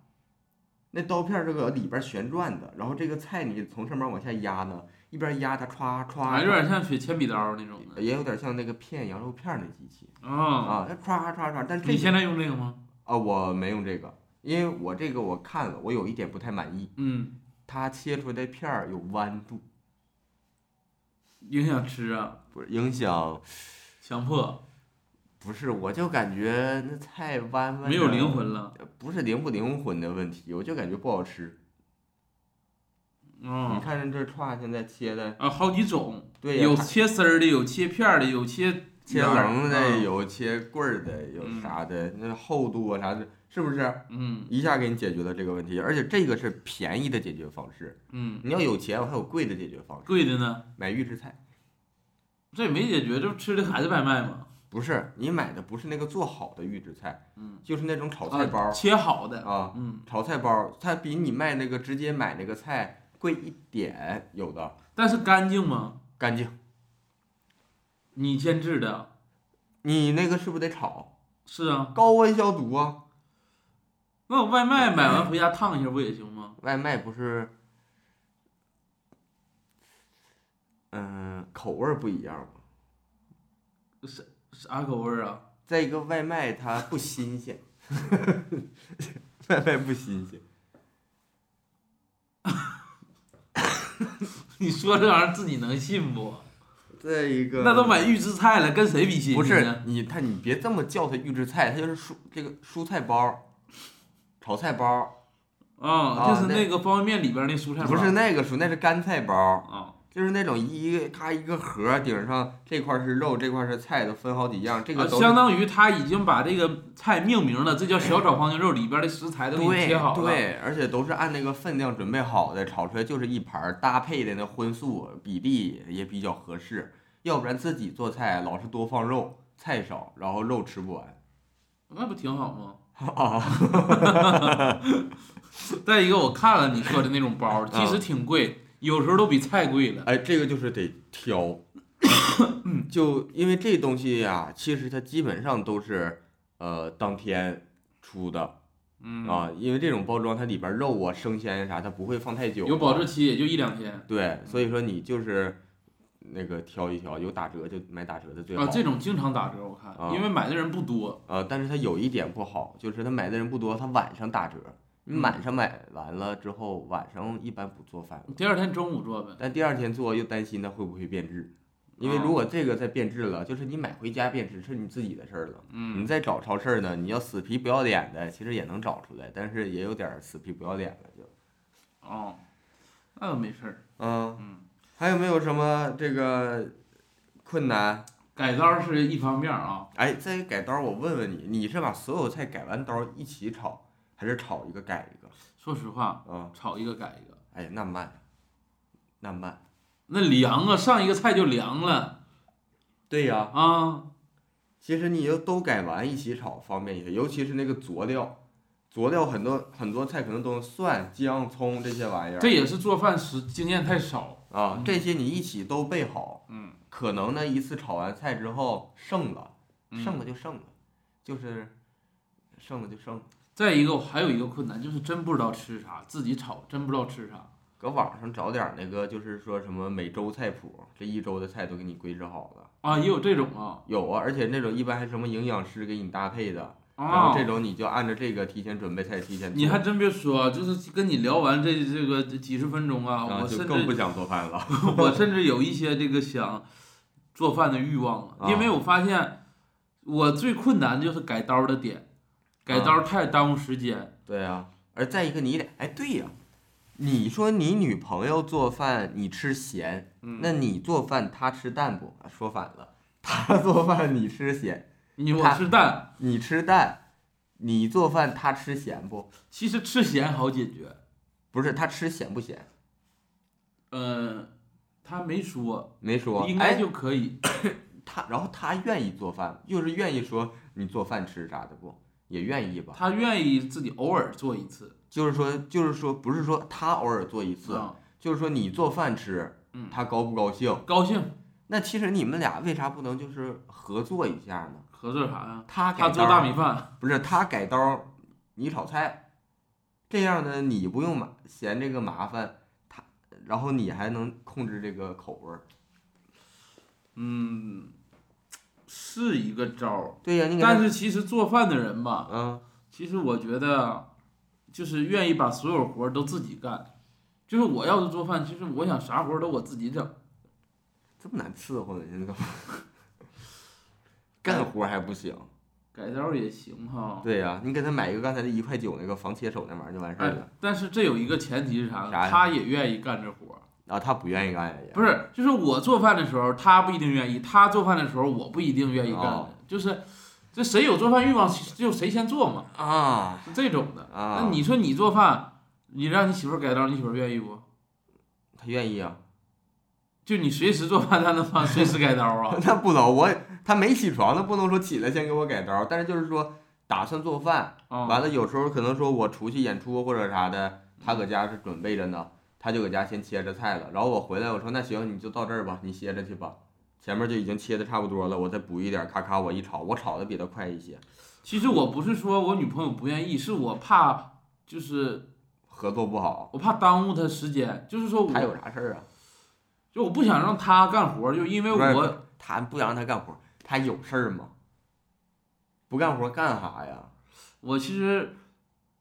[SPEAKER 2] 那刀片儿这个里边旋转的，然后这个菜你从上面往下压呢，一边压它歘
[SPEAKER 1] 还有
[SPEAKER 2] 歘，
[SPEAKER 1] 点像学铅笔刀那种的。
[SPEAKER 2] 也有点像那个片羊肉片儿那机器
[SPEAKER 1] 啊，
[SPEAKER 2] 啊，它歘歘歘，但这
[SPEAKER 1] 你
[SPEAKER 2] 个
[SPEAKER 1] 现在用这个吗？
[SPEAKER 2] 啊，我没用这个，因为我这个我看了，我有一点不太满意，
[SPEAKER 1] 嗯，
[SPEAKER 2] 它切出来的片儿有弯度，
[SPEAKER 1] 影响吃啊，
[SPEAKER 2] 不是影响，
[SPEAKER 1] 强迫，
[SPEAKER 2] 不是，我就感觉那菜弯弯
[SPEAKER 1] 没有
[SPEAKER 2] 的
[SPEAKER 1] 灵，魂了。
[SPEAKER 2] 不是灵不灵魂的问题，我就感觉不好吃。你
[SPEAKER 1] 嗯
[SPEAKER 2] 看这串现在切的，
[SPEAKER 1] 啊，好几种，
[SPEAKER 2] 对呀，
[SPEAKER 1] 有
[SPEAKER 2] 它
[SPEAKER 1] 切丝儿的，有切片儿的，有切
[SPEAKER 2] 切
[SPEAKER 1] 圆儿
[SPEAKER 2] 棱的，
[SPEAKER 1] 嗯
[SPEAKER 2] 有切棍儿的，有
[SPEAKER 1] 嗯
[SPEAKER 2] 啥的，那厚度啊啥的，是不是
[SPEAKER 1] 嗯
[SPEAKER 2] 一下给你解决了这个问题？而且这个是便宜的解决方式，
[SPEAKER 1] 嗯，
[SPEAKER 2] 你要有钱，我还有贵的解决方式，
[SPEAKER 1] 贵的呢，
[SPEAKER 2] 买预制菜。
[SPEAKER 1] 这也没解决，这不吃的还是外卖吗？
[SPEAKER 2] 不是，你买的不是那个做好的预制菜，
[SPEAKER 1] 嗯，
[SPEAKER 2] 就是那种炒菜包
[SPEAKER 1] 啊
[SPEAKER 2] 儿
[SPEAKER 1] 切好的，
[SPEAKER 2] 啊，
[SPEAKER 1] 嗯，
[SPEAKER 2] 炒菜包儿，它比你卖那个直接买那个菜贵一点，有的
[SPEAKER 1] 但是干净吗？
[SPEAKER 2] 干净。
[SPEAKER 1] 你监制的，
[SPEAKER 2] 你那个是不是得炒？
[SPEAKER 1] 是啊，
[SPEAKER 2] 高温消毒啊，
[SPEAKER 1] 那我外卖买完回家烫一下不也行吗？
[SPEAKER 2] 外卖不是，嗯、口味儿不一样嘛。
[SPEAKER 1] 啥口味儿啊？
[SPEAKER 2] 再一个，外卖它不新鲜， 外卖不新鲜。
[SPEAKER 1] 你说这玩意儿自己能信不？
[SPEAKER 2] 再一个，
[SPEAKER 1] 那都买预制菜了，跟谁比心
[SPEAKER 2] 不
[SPEAKER 1] 去
[SPEAKER 2] 是
[SPEAKER 1] 呢？
[SPEAKER 2] 你，他你别这么叫它预制菜，它就是蔬这个蔬菜包儿、炒菜包儿，
[SPEAKER 1] 啊，
[SPEAKER 2] 啊
[SPEAKER 1] 就是
[SPEAKER 2] 那
[SPEAKER 1] 那个方便面里边那蔬菜包
[SPEAKER 2] 不是那个蔬，那是干菜包儿，
[SPEAKER 1] 啊，
[SPEAKER 2] 就是那种一个咔一个盒儿，顶上这块儿是肉，这块儿是菜的，分好几样，这个
[SPEAKER 1] 啊
[SPEAKER 2] 都
[SPEAKER 1] 相当于他已经把这个菜命名了，这叫小炒黄牛肉，里边的食材都给你
[SPEAKER 2] 对
[SPEAKER 1] 切好了。
[SPEAKER 2] 对，而且都是按那个分量准备好的，炒出来就是一盘儿，搭配的那荤素比例也比较合适，要不然自己做菜老是多放肉，菜少，然后肉吃不完。
[SPEAKER 1] 那不挺好吗？
[SPEAKER 2] 啊，
[SPEAKER 1] 再一个，我看了你说的那种 包，
[SPEAKER 2] 啊
[SPEAKER 1] 其实挺贵，有时候都比菜贵了。
[SPEAKER 2] 哎，这个就是得挑，就因为这东西呀、其实它基本上都是呃当天出的
[SPEAKER 1] 嗯，
[SPEAKER 2] 啊，因为这种包装它里边肉啊、生鲜啥，它不会放太久，啊
[SPEAKER 1] 有保质。期也就一两天
[SPEAKER 2] 对，所
[SPEAKER 1] 嗯
[SPEAKER 2] 以说你就是那个挑一挑，有打折就买打折的最好。
[SPEAKER 1] 啊，这种经常打折，我看，
[SPEAKER 2] 啊
[SPEAKER 1] 因为买的人不多。
[SPEAKER 2] 呃，但是它有一点不好，就是它买的人不多，它晚上打折。你
[SPEAKER 1] 嗯
[SPEAKER 2] 晚上买完了之后，晚上一般不做饭了，
[SPEAKER 1] 第二天中午做呗，
[SPEAKER 2] 但第二天做又担心它会不会变质。因为如
[SPEAKER 1] 啊
[SPEAKER 2] 果这个再变质了，就是你买回家变质是你自己的事儿了。你
[SPEAKER 3] 嗯，
[SPEAKER 2] 再找超市呢，你要死皮不要脸的，其实也能找出来，但是也有点儿死皮不要脸了就。
[SPEAKER 3] 哦，
[SPEAKER 1] 那没事儿，
[SPEAKER 2] 嗯，
[SPEAKER 3] 嗯，
[SPEAKER 2] 还有没有什么这个困难？
[SPEAKER 1] 改刀是一方面啊，
[SPEAKER 2] 哎，在于改刀，我问问你，你是把所有菜改完刀一起炒，还是炒一个改一个？
[SPEAKER 1] 说实话，
[SPEAKER 2] 啊、
[SPEAKER 1] 炒一个改一个，
[SPEAKER 2] 哎，那慢，那慢。
[SPEAKER 1] 那凉啊，上一个菜就凉了
[SPEAKER 2] 对呀、
[SPEAKER 1] 啊，
[SPEAKER 2] 其实你就都改完一起炒方便一些，尤其是那个佐料，佐料很多很多菜可能都用蒜、姜、葱这些玩意儿。
[SPEAKER 1] 这也是做饭时经验太少，
[SPEAKER 2] 啊
[SPEAKER 1] 嗯，
[SPEAKER 2] 这些你一起都备好。
[SPEAKER 3] 嗯，
[SPEAKER 2] 可能呢一次炒完菜之后剩了，
[SPEAKER 3] 嗯
[SPEAKER 2] 剩了就剩了，就是剩了就剩了。
[SPEAKER 1] 再一个，我还有一个困难就是真不知道吃啥，自己炒真不知道吃啥。
[SPEAKER 2] 搁网上找点儿那个，就是说什么每周菜谱，这一周的菜都给你规制好了。
[SPEAKER 1] 啊，也有这种啊，
[SPEAKER 2] 有啊，而且那种一般还什么营养师给你搭配的，然
[SPEAKER 1] 啊
[SPEAKER 2] 后，这种你就按照这个提前准备菜，提前做
[SPEAKER 1] 你还真别说，就是跟你聊完这这个这几十分钟啊，
[SPEAKER 2] 啊
[SPEAKER 1] 我
[SPEAKER 2] 就
[SPEAKER 1] 甚
[SPEAKER 2] 更不
[SPEAKER 1] 至
[SPEAKER 2] 想做饭了。
[SPEAKER 1] 我甚至有一些这个想做饭的欲望了，
[SPEAKER 2] 啊
[SPEAKER 1] 因为我发现我最困难就是改刀的点，改
[SPEAKER 2] 啊
[SPEAKER 1] 刀太耽误时间，
[SPEAKER 2] 对啊，而再一个你得，哎，对呀、你说你女朋友做饭你吃咸，
[SPEAKER 3] 嗯
[SPEAKER 2] 那你做饭她吃淡不？啊说反了，她 做饭你吃咸，
[SPEAKER 1] 你我
[SPEAKER 2] 他
[SPEAKER 1] 吃淡，
[SPEAKER 2] 你吃淡，你做饭她吃咸不？
[SPEAKER 1] 其实吃咸好解决，
[SPEAKER 2] 不是，她吃咸不咸？
[SPEAKER 1] 嗯、他没说，
[SPEAKER 2] 没说，
[SPEAKER 1] 应该
[SPEAKER 2] 哎
[SPEAKER 1] 就可以，
[SPEAKER 2] 她，然后她愿意做饭，又是愿意说你做饭吃啥的不？也愿意吧，
[SPEAKER 1] 他愿意自己偶尔做一次，
[SPEAKER 2] 就是说，就是说，不是说她偶尔做一次，
[SPEAKER 1] 啊，
[SPEAKER 2] 就是说你做饭吃
[SPEAKER 1] 嗯，
[SPEAKER 2] 她高不高兴？
[SPEAKER 1] 高兴
[SPEAKER 2] 那其实你们俩为啥不能就是合作一下呢？
[SPEAKER 1] 合作啥呀？
[SPEAKER 2] 他改
[SPEAKER 1] 他做
[SPEAKER 2] 刀
[SPEAKER 1] 大米饭，
[SPEAKER 2] 不是他改刀，你炒菜，这样呢你不用麻嫌这个麻烦，他然后你还能控制这个口味儿。
[SPEAKER 1] 嗯，是一个招儿。
[SPEAKER 2] 对呀、你给他
[SPEAKER 1] 但是其实做饭的人吧，
[SPEAKER 2] 嗯
[SPEAKER 1] 其实我觉得就是愿意把所有活儿都自己干。就是我要是做饭，其实我想啥活儿都我自己整。
[SPEAKER 2] 这么难伺候呢，你怎么 干活还不行？
[SPEAKER 1] 改刀也行哈。
[SPEAKER 2] 对呀、你给他买一个刚才的一块九那个防切手那玩意儿就完事儿
[SPEAKER 1] 哎
[SPEAKER 2] 了。，
[SPEAKER 1] 但是这有一个前提是啥呢？
[SPEAKER 2] 啥呀
[SPEAKER 1] 他也愿意干这活儿，
[SPEAKER 2] 啊，他不愿意干呀也
[SPEAKER 1] 不是？就是我做饭的时候，他不一定愿意；他做饭的时候，我不一定愿意干。
[SPEAKER 2] 哦
[SPEAKER 1] 就是这谁有做饭欲望，就谁先做嘛，
[SPEAKER 2] 啊
[SPEAKER 1] 是这种的。
[SPEAKER 2] 啊
[SPEAKER 1] 那你说你做饭，你让你媳妇儿改刀，你媳妇儿愿意不？
[SPEAKER 2] 他愿意啊。
[SPEAKER 1] 就你随时做饭，她能放随时改刀啊？
[SPEAKER 2] 那不能，我他没起床，那不能说起来先给我改刀，但是就是说打算做饭，
[SPEAKER 1] 啊、
[SPEAKER 2] 完了有时候可能说我出去演出或者啥的，他搁家是准备着呢，他就搁家先切着菜了，然后我回来我说那行你就到这儿吧，你歇着去吧，前面就已经切的差不多了，我再补一点，咔咔我一炒，我炒的比他快一些，
[SPEAKER 1] 其实我不是说我女朋友不愿意，是我怕，就是
[SPEAKER 2] 合作不好，
[SPEAKER 1] 我怕耽误她时间，就是说
[SPEAKER 2] 他
[SPEAKER 1] 我
[SPEAKER 2] 有啥事儿啊？
[SPEAKER 1] 就我不想让她干活，就因为
[SPEAKER 2] 不是
[SPEAKER 1] 我
[SPEAKER 2] 他不想让他干活，他有事儿吗？不干活干啥呀？
[SPEAKER 1] 我其实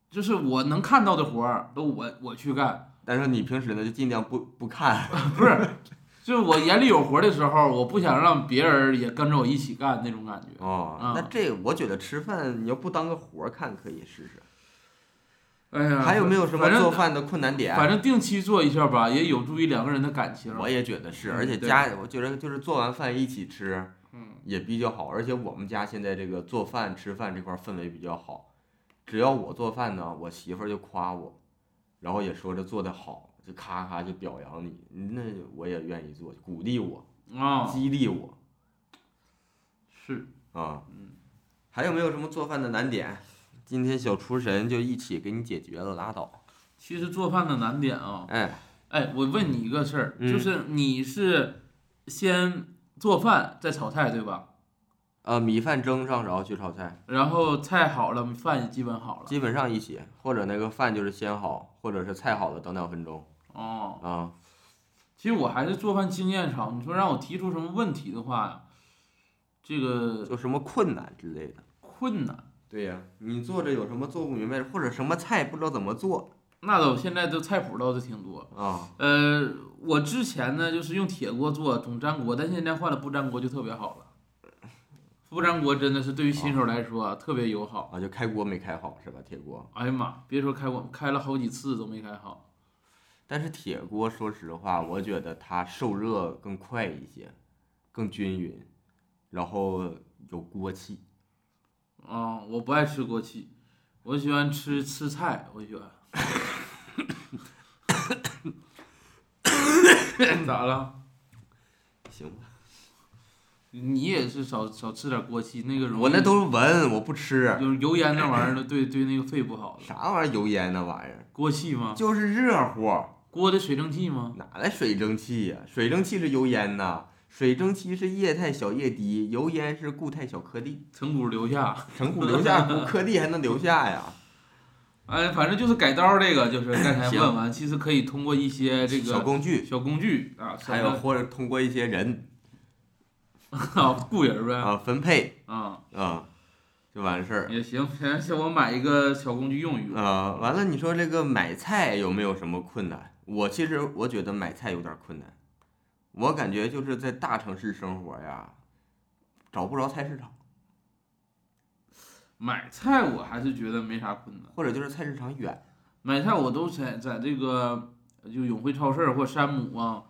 [SPEAKER 1] 就是我能看到的活儿都我我去干，
[SPEAKER 2] 但是你平时呢就尽量不不看，
[SPEAKER 1] 不是，就是我眼里有活儿的时候，我不想让别人也跟着我一起干那种感觉。
[SPEAKER 2] 哦
[SPEAKER 1] 嗯，
[SPEAKER 2] 那这我觉得吃饭你要不当个活儿看可以试试。
[SPEAKER 1] 哎呀，
[SPEAKER 2] 还有没有什么
[SPEAKER 1] 反正
[SPEAKER 2] 做饭的困难点？啊
[SPEAKER 1] 反正定期做一下吧，也有助于两个人的感情。
[SPEAKER 2] 我也觉得是，
[SPEAKER 1] 嗯
[SPEAKER 2] 而且
[SPEAKER 1] 对
[SPEAKER 2] 家我觉得就是做完饭一起吃
[SPEAKER 1] 嗯，
[SPEAKER 2] 也比较好。而且我们家现在这个做饭吃饭这块儿氛围比较好，只要我做饭呢，我媳妇儿就夸我，然后也说这做的好，就咔咔就表扬你，那我也愿意做，鼓励我，
[SPEAKER 1] 啊、
[SPEAKER 2] 激励我
[SPEAKER 1] 是，
[SPEAKER 2] 啊。
[SPEAKER 1] 嗯，
[SPEAKER 2] 还有没有什么做饭的难点？今天小厨神就一起给你解决了，拉倒。
[SPEAKER 1] 其实做饭的难点啊、
[SPEAKER 2] 哎，
[SPEAKER 1] 哎，我问你一个事儿，
[SPEAKER 2] 嗯
[SPEAKER 1] 就是你是先做饭再炒菜对吧？
[SPEAKER 2] 呃，米饭蒸上，然后去炒菜，
[SPEAKER 1] 然后菜好了，饭也基本好了。
[SPEAKER 2] 基本上一起，或者那个饭就是先好，或者是菜好了等两分钟
[SPEAKER 1] 哦，
[SPEAKER 2] 啊。
[SPEAKER 1] 其实我还是做饭经验少。你说让我提出什么问题的话，这个
[SPEAKER 2] 有什么困难之类的？
[SPEAKER 1] 困难。
[SPEAKER 2] 对呀、你做着有什么做不明白，或者什么菜不知道怎么做，
[SPEAKER 1] 那都现在都菜谱倒是挺多。
[SPEAKER 2] 啊，
[SPEAKER 1] 呃，我之前呢就是用铁锅做总粘锅，但现在换了不粘锅就特别好了。不粘锅真的是对于新手来说啊、特别友好。
[SPEAKER 2] 啊，就开锅没开好是吧？铁锅，
[SPEAKER 1] 哎呀妈，别说开我开了好几次都没开好，
[SPEAKER 2] 但是铁锅说实话，我觉得它受热更快一些，更均匀，然后有锅气。
[SPEAKER 1] 啊、我不爱吃锅气，我喜欢吃吃菜，我喜欢。 咋了？
[SPEAKER 2] 行吧，
[SPEAKER 1] 你也是少少吃点锅气，那个容易
[SPEAKER 2] 我那都是闻，我不吃
[SPEAKER 1] 就是油烟那玩意儿，对对那个肺不好的。
[SPEAKER 2] 啥玩意儿油烟那玩意儿，
[SPEAKER 1] 锅气吗？
[SPEAKER 2] 就是热乎，
[SPEAKER 1] 锅的水蒸气吗？
[SPEAKER 2] 哪来水蒸气呀、水蒸气是油烟呐，水蒸气是液态小液滴，油烟是固态小颗粒，
[SPEAKER 1] 成骨留下。
[SPEAKER 2] 成骨留下， 不颗粒还能留下呀？
[SPEAKER 1] 哎，反正就是改刀这个，就是刚才
[SPEAKER 2] 行
[SPEAKER 1] 问完，其实可以通过一些这个
[SPEAKER 2] 小工具，
[SPEAKER 1] 小工具啊，
[SPEAKER 2] 还有或者通过一些人
[SPEAKER 1] 啊雇人呗
[SPEAKER 2] 啊分配
[SPEAKER 1] 啊
[SPEAKER 2] 啊，就完事儿。
[SPEAKER 1] 也行。先先我买一个小工具用一用。
[SPEAKER 2] 啊、完了，你说这个买菜有没有什么困难？我其实我觉得买菜有点困难，我感觉就是在大城市生活呀，找不着菜市场，
[SPEAKER 1] 买菜我还是觉得没啥困难，
[SPEAKER 2] 或者就是菜市场远。
[SPEAKER 1] 买菜我都在在这个就永辉超市或山姆啊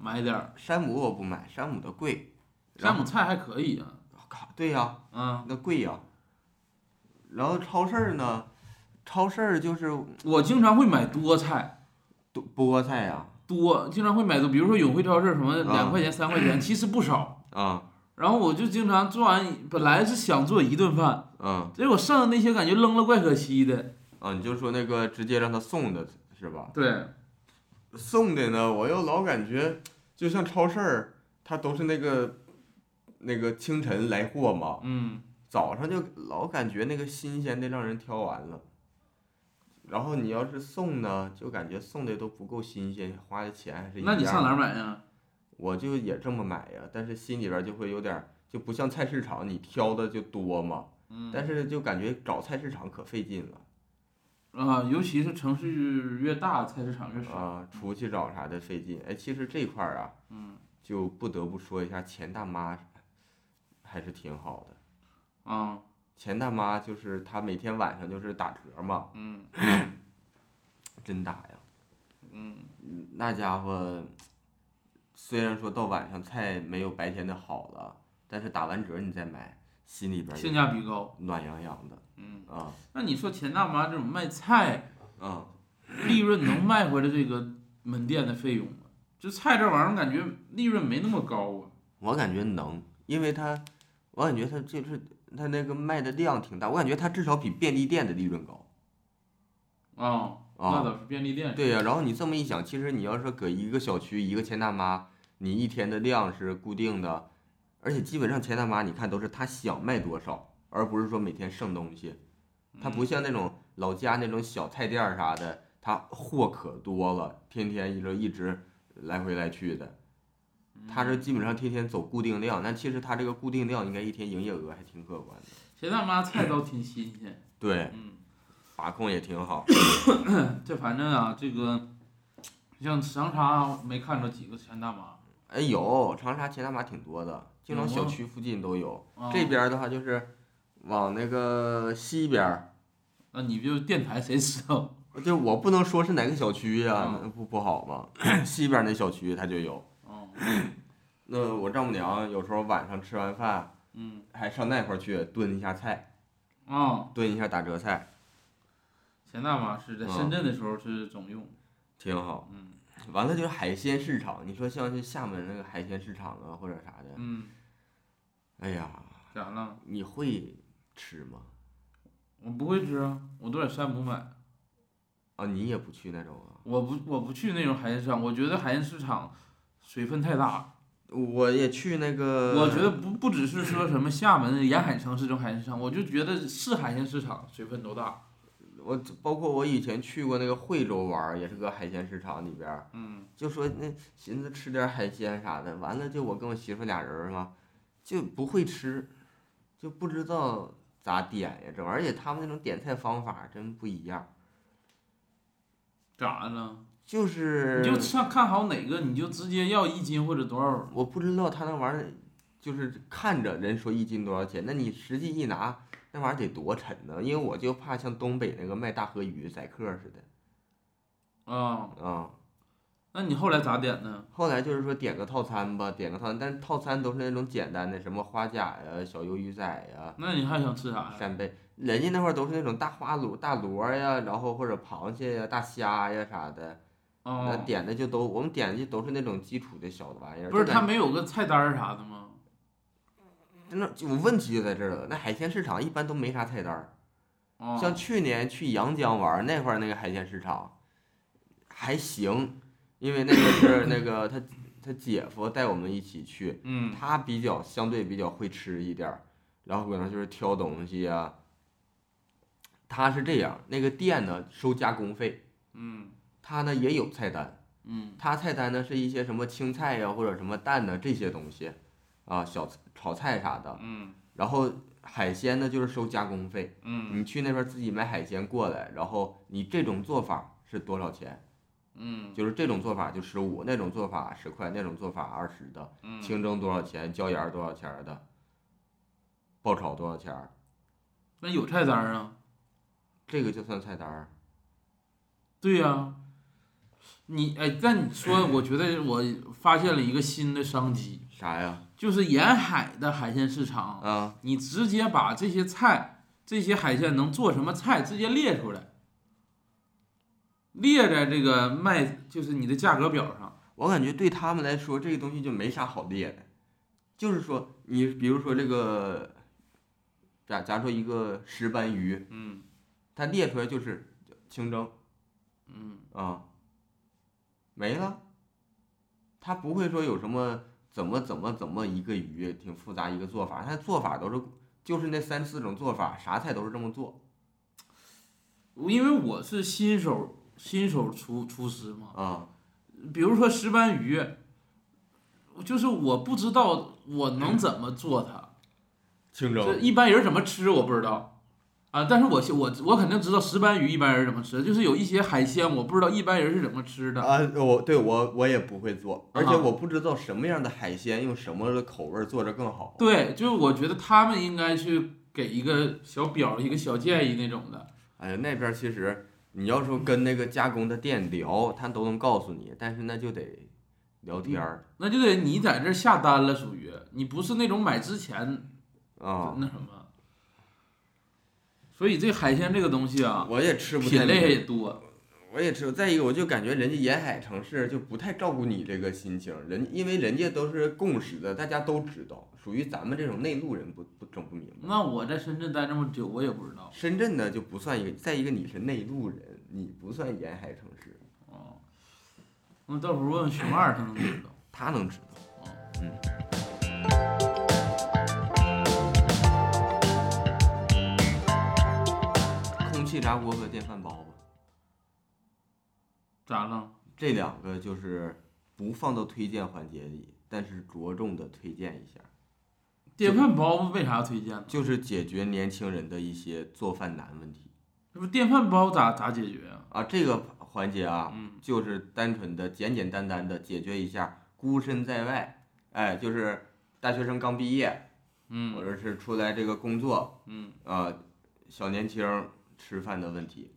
[SPEAKER 1] 买点儿。
[SPEAKER 2] 山姆我不买，山姆的贵。然
[SPEAKER 1] 山姆
[SPEAKER 2] 后，
[SPEAKER 1] 菜还可以啊，
[SPEAKER 2] 靠，对呀、
[SPEAKER 1] 啊，
[SPEAKER 2] 那贵呀、然后超市儿呢，超市儿就是
[SPEAKER 1] 我经常会买多菜。
[SPEAKER 2] 多菠菜呀、
[SPEAKER 1] 多，经常会买多，比如说永辉超市什么
[SPEAKER 2] 啊
[SPEAKER 1] 两块钱、三块钱，其实不少。
[SPEAKER 2] 啊，啊，
[SPEAKER 1] 然后我就经常做完，本来是想做一顿饭，
[SPEAKER 2] 嗯
[SPEAKER 1] 结果剩的那些感觉扔了怪可惜的。
[SPEAKER 2] 啊，你就说那个直接让他送的是吧？
[SPEAKER 1] 对，
[SPEAKER 2] 送的呢，我又老感觉就像超市儿，它都是那个那个清晨来货嘛，
[SPEAKER 1] 嗯，
[SPEAKER 2] 早上就老感觉那个新鲜的让人挑完了。然后你要是送呢，就感觉送的都不够新鲜，花的钱还是一样。
[SPEAKER 1] 那你上哪儿？买呀？
[SPEAKER 2] 我就也这么买呀，但是心里边儿就会有点儿，就不像菜市场你挑的就多嘛，
[SPEAKER 1] 嗯，
[SPEAKER 2] 但是就感觉找菜市场可费劲了。
[SPEAKER 1] 啊，尤其是城市越大，菜市场越少。
[SPEAKER 2] 啊，出去找啥的费劲。哎，其实这块儿啊，
[SPEAKER 1] 嗯，
[SPEAKER 2] 就不得不说一下钱大妈还是挺好的。
[SPEAKER 1] 啊，
[SPEAKER 2] 钱大妈就是她每天晚上就是打折嘛，
[SPEAKER 1] 嗯
[SPEAKER 2] 真打呀，
[SPEAKER 1] 嗯，
[SPEAKER 2] 嗯那家伙虽然说到晚上菜没有白天的好了，但是打完折你再买，心里边儿
[SPEAKER 1] 性价比高。
[SPEAKER 2] 暖洋洋的
[SPEAKER 1] 嗯，
[SPEAKER 2] 啊
[SPEAKER 1] 那你说钱大妈这种卖菜，
[SPEAKER 2] 啊
[SPEAKER 1] 利润能卖回来这个门店的费用吗？就菜这玩意儿，我感觉利润没那么高啊。
[SPEAKER 2] 我感觉能，因为它，我感觉它就是它那个卖的量挺大，我感觉它至少比便利店的利润高
[SPEAKER 1] 啊、那
[SPEAKER 2] 啊。
[SPEAKER 1] 倒是便利店。
[SPEAKER 2] 对呀、然后你这么一想，其实你要是搁一个小区一个钱大妈，你一天的量是固定的，而且基本上钱大妈你看都是她想卖多少，而不是说每天剩东西。它不像那种老家那种小菜店儿啥的，它货可多了，天天一直一直来回来去的。他这基本上天天走固定量，但其实他这个固定量应该一天营业额还挺可观的，
[SPEAKER 1] 钱大妈菜倒挺新 鲜，
[SPEAKER 2] 对，
[SPEAKER 1] 嗯，
[SPEAKER 2] 把控也挺好。
[SPEAKER 1] 这反正啊，这个像长沙没看着几个钱大妈，
[SPEAKER 2] 哎，有长沙钱大妈挺多的，经常
[SPEAKER 1] 有吗
[SPEAKER 2] 小区附近都有。
[SPEAKER 1] 啊、
[SPEAKER 2] 这边儿的话就是往那个西边儿，
[SPEAKER 1] 那你就电台谁知道？
[SPEAKER 2] 就是我不能说是哪个小区呀、
[SPEAKER 1] 嗯
[SPEAKER 2] 那不不好嘛。西边儿那小区它就有。
[SPEAKER 1] 哦，
[SPEAKER 2] 那我丈母娘有时候晚上吃完饭
[SPEAKER 1] 嗯，
[SPEAKER 2] 还上那块儿去炖一下菜，
[SPEAKER 1] 哦，
[SPEAKER 2] 炖一下打折菜，
[SPEAKER 1] 钱大妈是在
[SPEAKER 2] 啊
[SPEAKER 1] 深圳的时候是总用，
[SPEAKER 2] 挺好。
[SPEAKER 1] 嗯
[SPEAKER 2] 完了就是海鲜市场，你说像是厦门那个海鲜市场啊或者啥的，
[SPEAKER 1] 嗯，
[SPEAKER 2] 哎呀，
[SPEAKER 1] 咋了？
[SPEAKER 2] 你会吃吗？
[SPEAKER 1] 我不会吃啊，我都在山姆买，
[SPEAKER 2] 啊，你也不去那种啊？
[SPEAKER 1] 我不我不去那种海鲜市场，我觉得海鲜市场水分太大了。
[SPEAKER 2] 我也去那个，
[SPEAKER 1] 我觉得不不只是说什么厦门沿海城市这种海鲜市场，我就觉得是海鲜市场水分都大。
[SPEAKER 2] 我包括我以前去过那个惠州玩儿，也是个海鲜市场里边儿，
[SPEAKER 1] 嗯
[SPEAKER 2] 就说那寻思吃点儿海鲜啥的，完了就我跟我媳妇俩人儿嘛，就不会吃，就不知道咋点呀，这玩意儿，而且他们那种点菜方法真不一样。
[SPEAKER 1] 咋的了？
[SPEAKER 2] 就是
[SPEAKER 1] 你就上看好哪个，你就直接要一斤或者多少。
[SPEAKER 2] 我不知道他那玩意儿，就是看着人说一斤多少钱，那你实际一拿那玩意儿得多沉呢？因为我就怕像东北那个卖大河鱼宰客似的
[SPEAKER 1] 啊、
[SPEAKER 2] 啊、
[SPEAKER 1] 那你后来咋点的？
[SPEAKER 2] 后来就是说点个套餐吧，点个套餐，但是套餐都是那种简单的，什么花甲呀、小鱿鱼仔呀、
[SPEAKER 1] 那你还想吃啥呀？
[SPEAKER 2] 扇贝，人家那块儿都是那种大花螺、大螺呀，然后或者螃蟹呀、大虾呀啥的，那
[SPEAKER 1] 哦，
[SPEAKER 2] 点的就都我们点的就都是那种基础的小的玩意儿。
[SPEAKER 1] 不是
[SPEAKER 2] 就
[SPEAKER 1] 他
[SPEAKER 2] 感
[SPEAKER 1] 没有个菜单儿啥的吗？
[SPEAKER 2] 那就问题就在这儿了，那海鲜市场一般都没啥菜单儿。
[SPEAKER 1] 哦，
[SPEAKER 2] 像去年去阳江玩儿那块儿那个海鲜市场还行，因为那个是 那个他他姐夫带我们一起去，
[SPEAKER 1] 嗯
[SPEAKER 2] 他比较相对比较会吃一点儿，然后可能就是挑东西啊。他是这样，那个店呢收加工费，
[SPEAKER 1] 嗯
[SPEAKER 2] 他呢也有菜单，
[SPEAKER 1] 嗯
[SPEAKER 2] 他菜单呢是一些什么青菜呀、或者什么蛋呐这些东西，啊小炒菜啥的，
[SPEAKER 1] 嗯
[SPEAKER 2] 然后海鲜呢就是收加工费。
[SPEAKER 1] 嗯
[SPEAKER 2] 你去那边自己买海鲜过来，然后你这种做法是多少钱？
[SPEAKER 1] 嗯
[SPEAKER 2] 就是这种做法就十五，那种做法十块，那种做法二十的，
[SPEAKER 1] 嗯，
[SPEAKER 2] 清蒸多少钱？椒盐儿多少钱儿的？爆炒多少钱儿？
[SPEAKER 1] 那有菜单儿啊？
[SPEAKER 2] 这个就算菜单儿。
[SPEAKER 1] 对呀、你哎，但你说，我觉得我发现了一个新的商机，
[SPEAKER 2] 啥呀？
[SPEAKER 1] 就是沿海的海鲜市场，
[SPEAKER 2] 啊，
[SPEAKER 1] 你直接把这些菜、这些海鲜能做什么菜直接列出来，列在这个卖就是你的价格表上。
[SPEAKER 2] 我感觉对他们来说这个东西就没啥好列的，就是说你比如说这个，假假如说一个石斑鱼，
[SPEAKER 1] 嗯
[SPEAKER 2] 它列出来就是清蒸，
[SPEAKER 1] 嗯
[SPEAKER 2] 啊，没了。他不会说有什么怎么怎么怎么一个鱼挺复杂一个做法，他做法都是就是那三四种做法，啥菜都是这么做
[SPEAKER 1] 因为我是新手新手厨厨师嘛，
[SPEAKER 2] 啊。
[SPEAKER 1] 比如说石斑鱼，就是我不知道我能怎么做它。
[SPEAKER 2] 清
[SPEAKER 1] 这一般人怎么吃我不知道啊，但是我我我肯定知道石斑鱼一般人怎么吃，就是有一些海鲜我不知道一般人是怎么吃的。
[SPEAKER 2] 啊，我对我我也不会做，而且
[SPEAKER 1] 啊
[SPEAKER 2] 我不知道什么样的海鲜用什么的口味儿做着更好。
[SPEAKER 1] 对，就是我觉得他们应该去给一个小表一个小建议那种的。
[SPEAKER 2] 哎呀，那边儿其实你要说跟那个加工的店聊，他都能告诉你，但是那就得聊天儿
[SPEAKER 1] 那就得你在这儿下单了，属于你不是那种买之前
[SPEAKER 2] 啊。
[SPEAKER 1] 那什么，所以这海鲜这个东西啊，
[SPEAKER 2] 我也吃不太
[SPEAKER 1] 品
[SPEAKER 2] 明白
[SPEAKER 1] 类也多。
[SPEAKER 2] 我也吃，再一个我就感觉人家沿海城市就不太照顾你这个心情，人因为人家都是共识的，大家都知道，属于咱们这种内陆人不不整不明白。
[SPEAKER 1] 那我在深圳待这么久，我也不知道。
[SPEAKER 2] 深圳呢就不算一个，再一个你是内陆人，你不算沿海城市，
[SPEAKER 1] 哦，那到时候问问熊二，他能知道。
[SPEAKER 2] 他能知道。
[SPEAKER 1] 哦
[SPEAKER 2] 嗯。空气炸锅和电饭煲吧，
[SPEAKER 1] 咋了？
[SPEAKER 2] 这两个就是不放到推荐环节里，但是着重的推荐一下。
[SPEAKER 1] 电饭煲为啥推荐呢？
[SPEAKER 2] 就是解决年轻人的一些做饭难问题
[SPEAKER 1] 这不电饭煲咋咋解决啊？
[SPEAKER 2] 啊。这个环节啊，
[SPEAKER 1] 嗯
[SPEAKER 2] 就是单纯的、简简单单的解决一下孤身在外，哎，就是大学生刚毕业，或
[SPEAKER 1] 嗯
[SPEAKER 2] 者是出来这个工作，
[SPEAKER 1] 嗯，
[SPEAKER 2] 呃，小年轻吃饭的问题。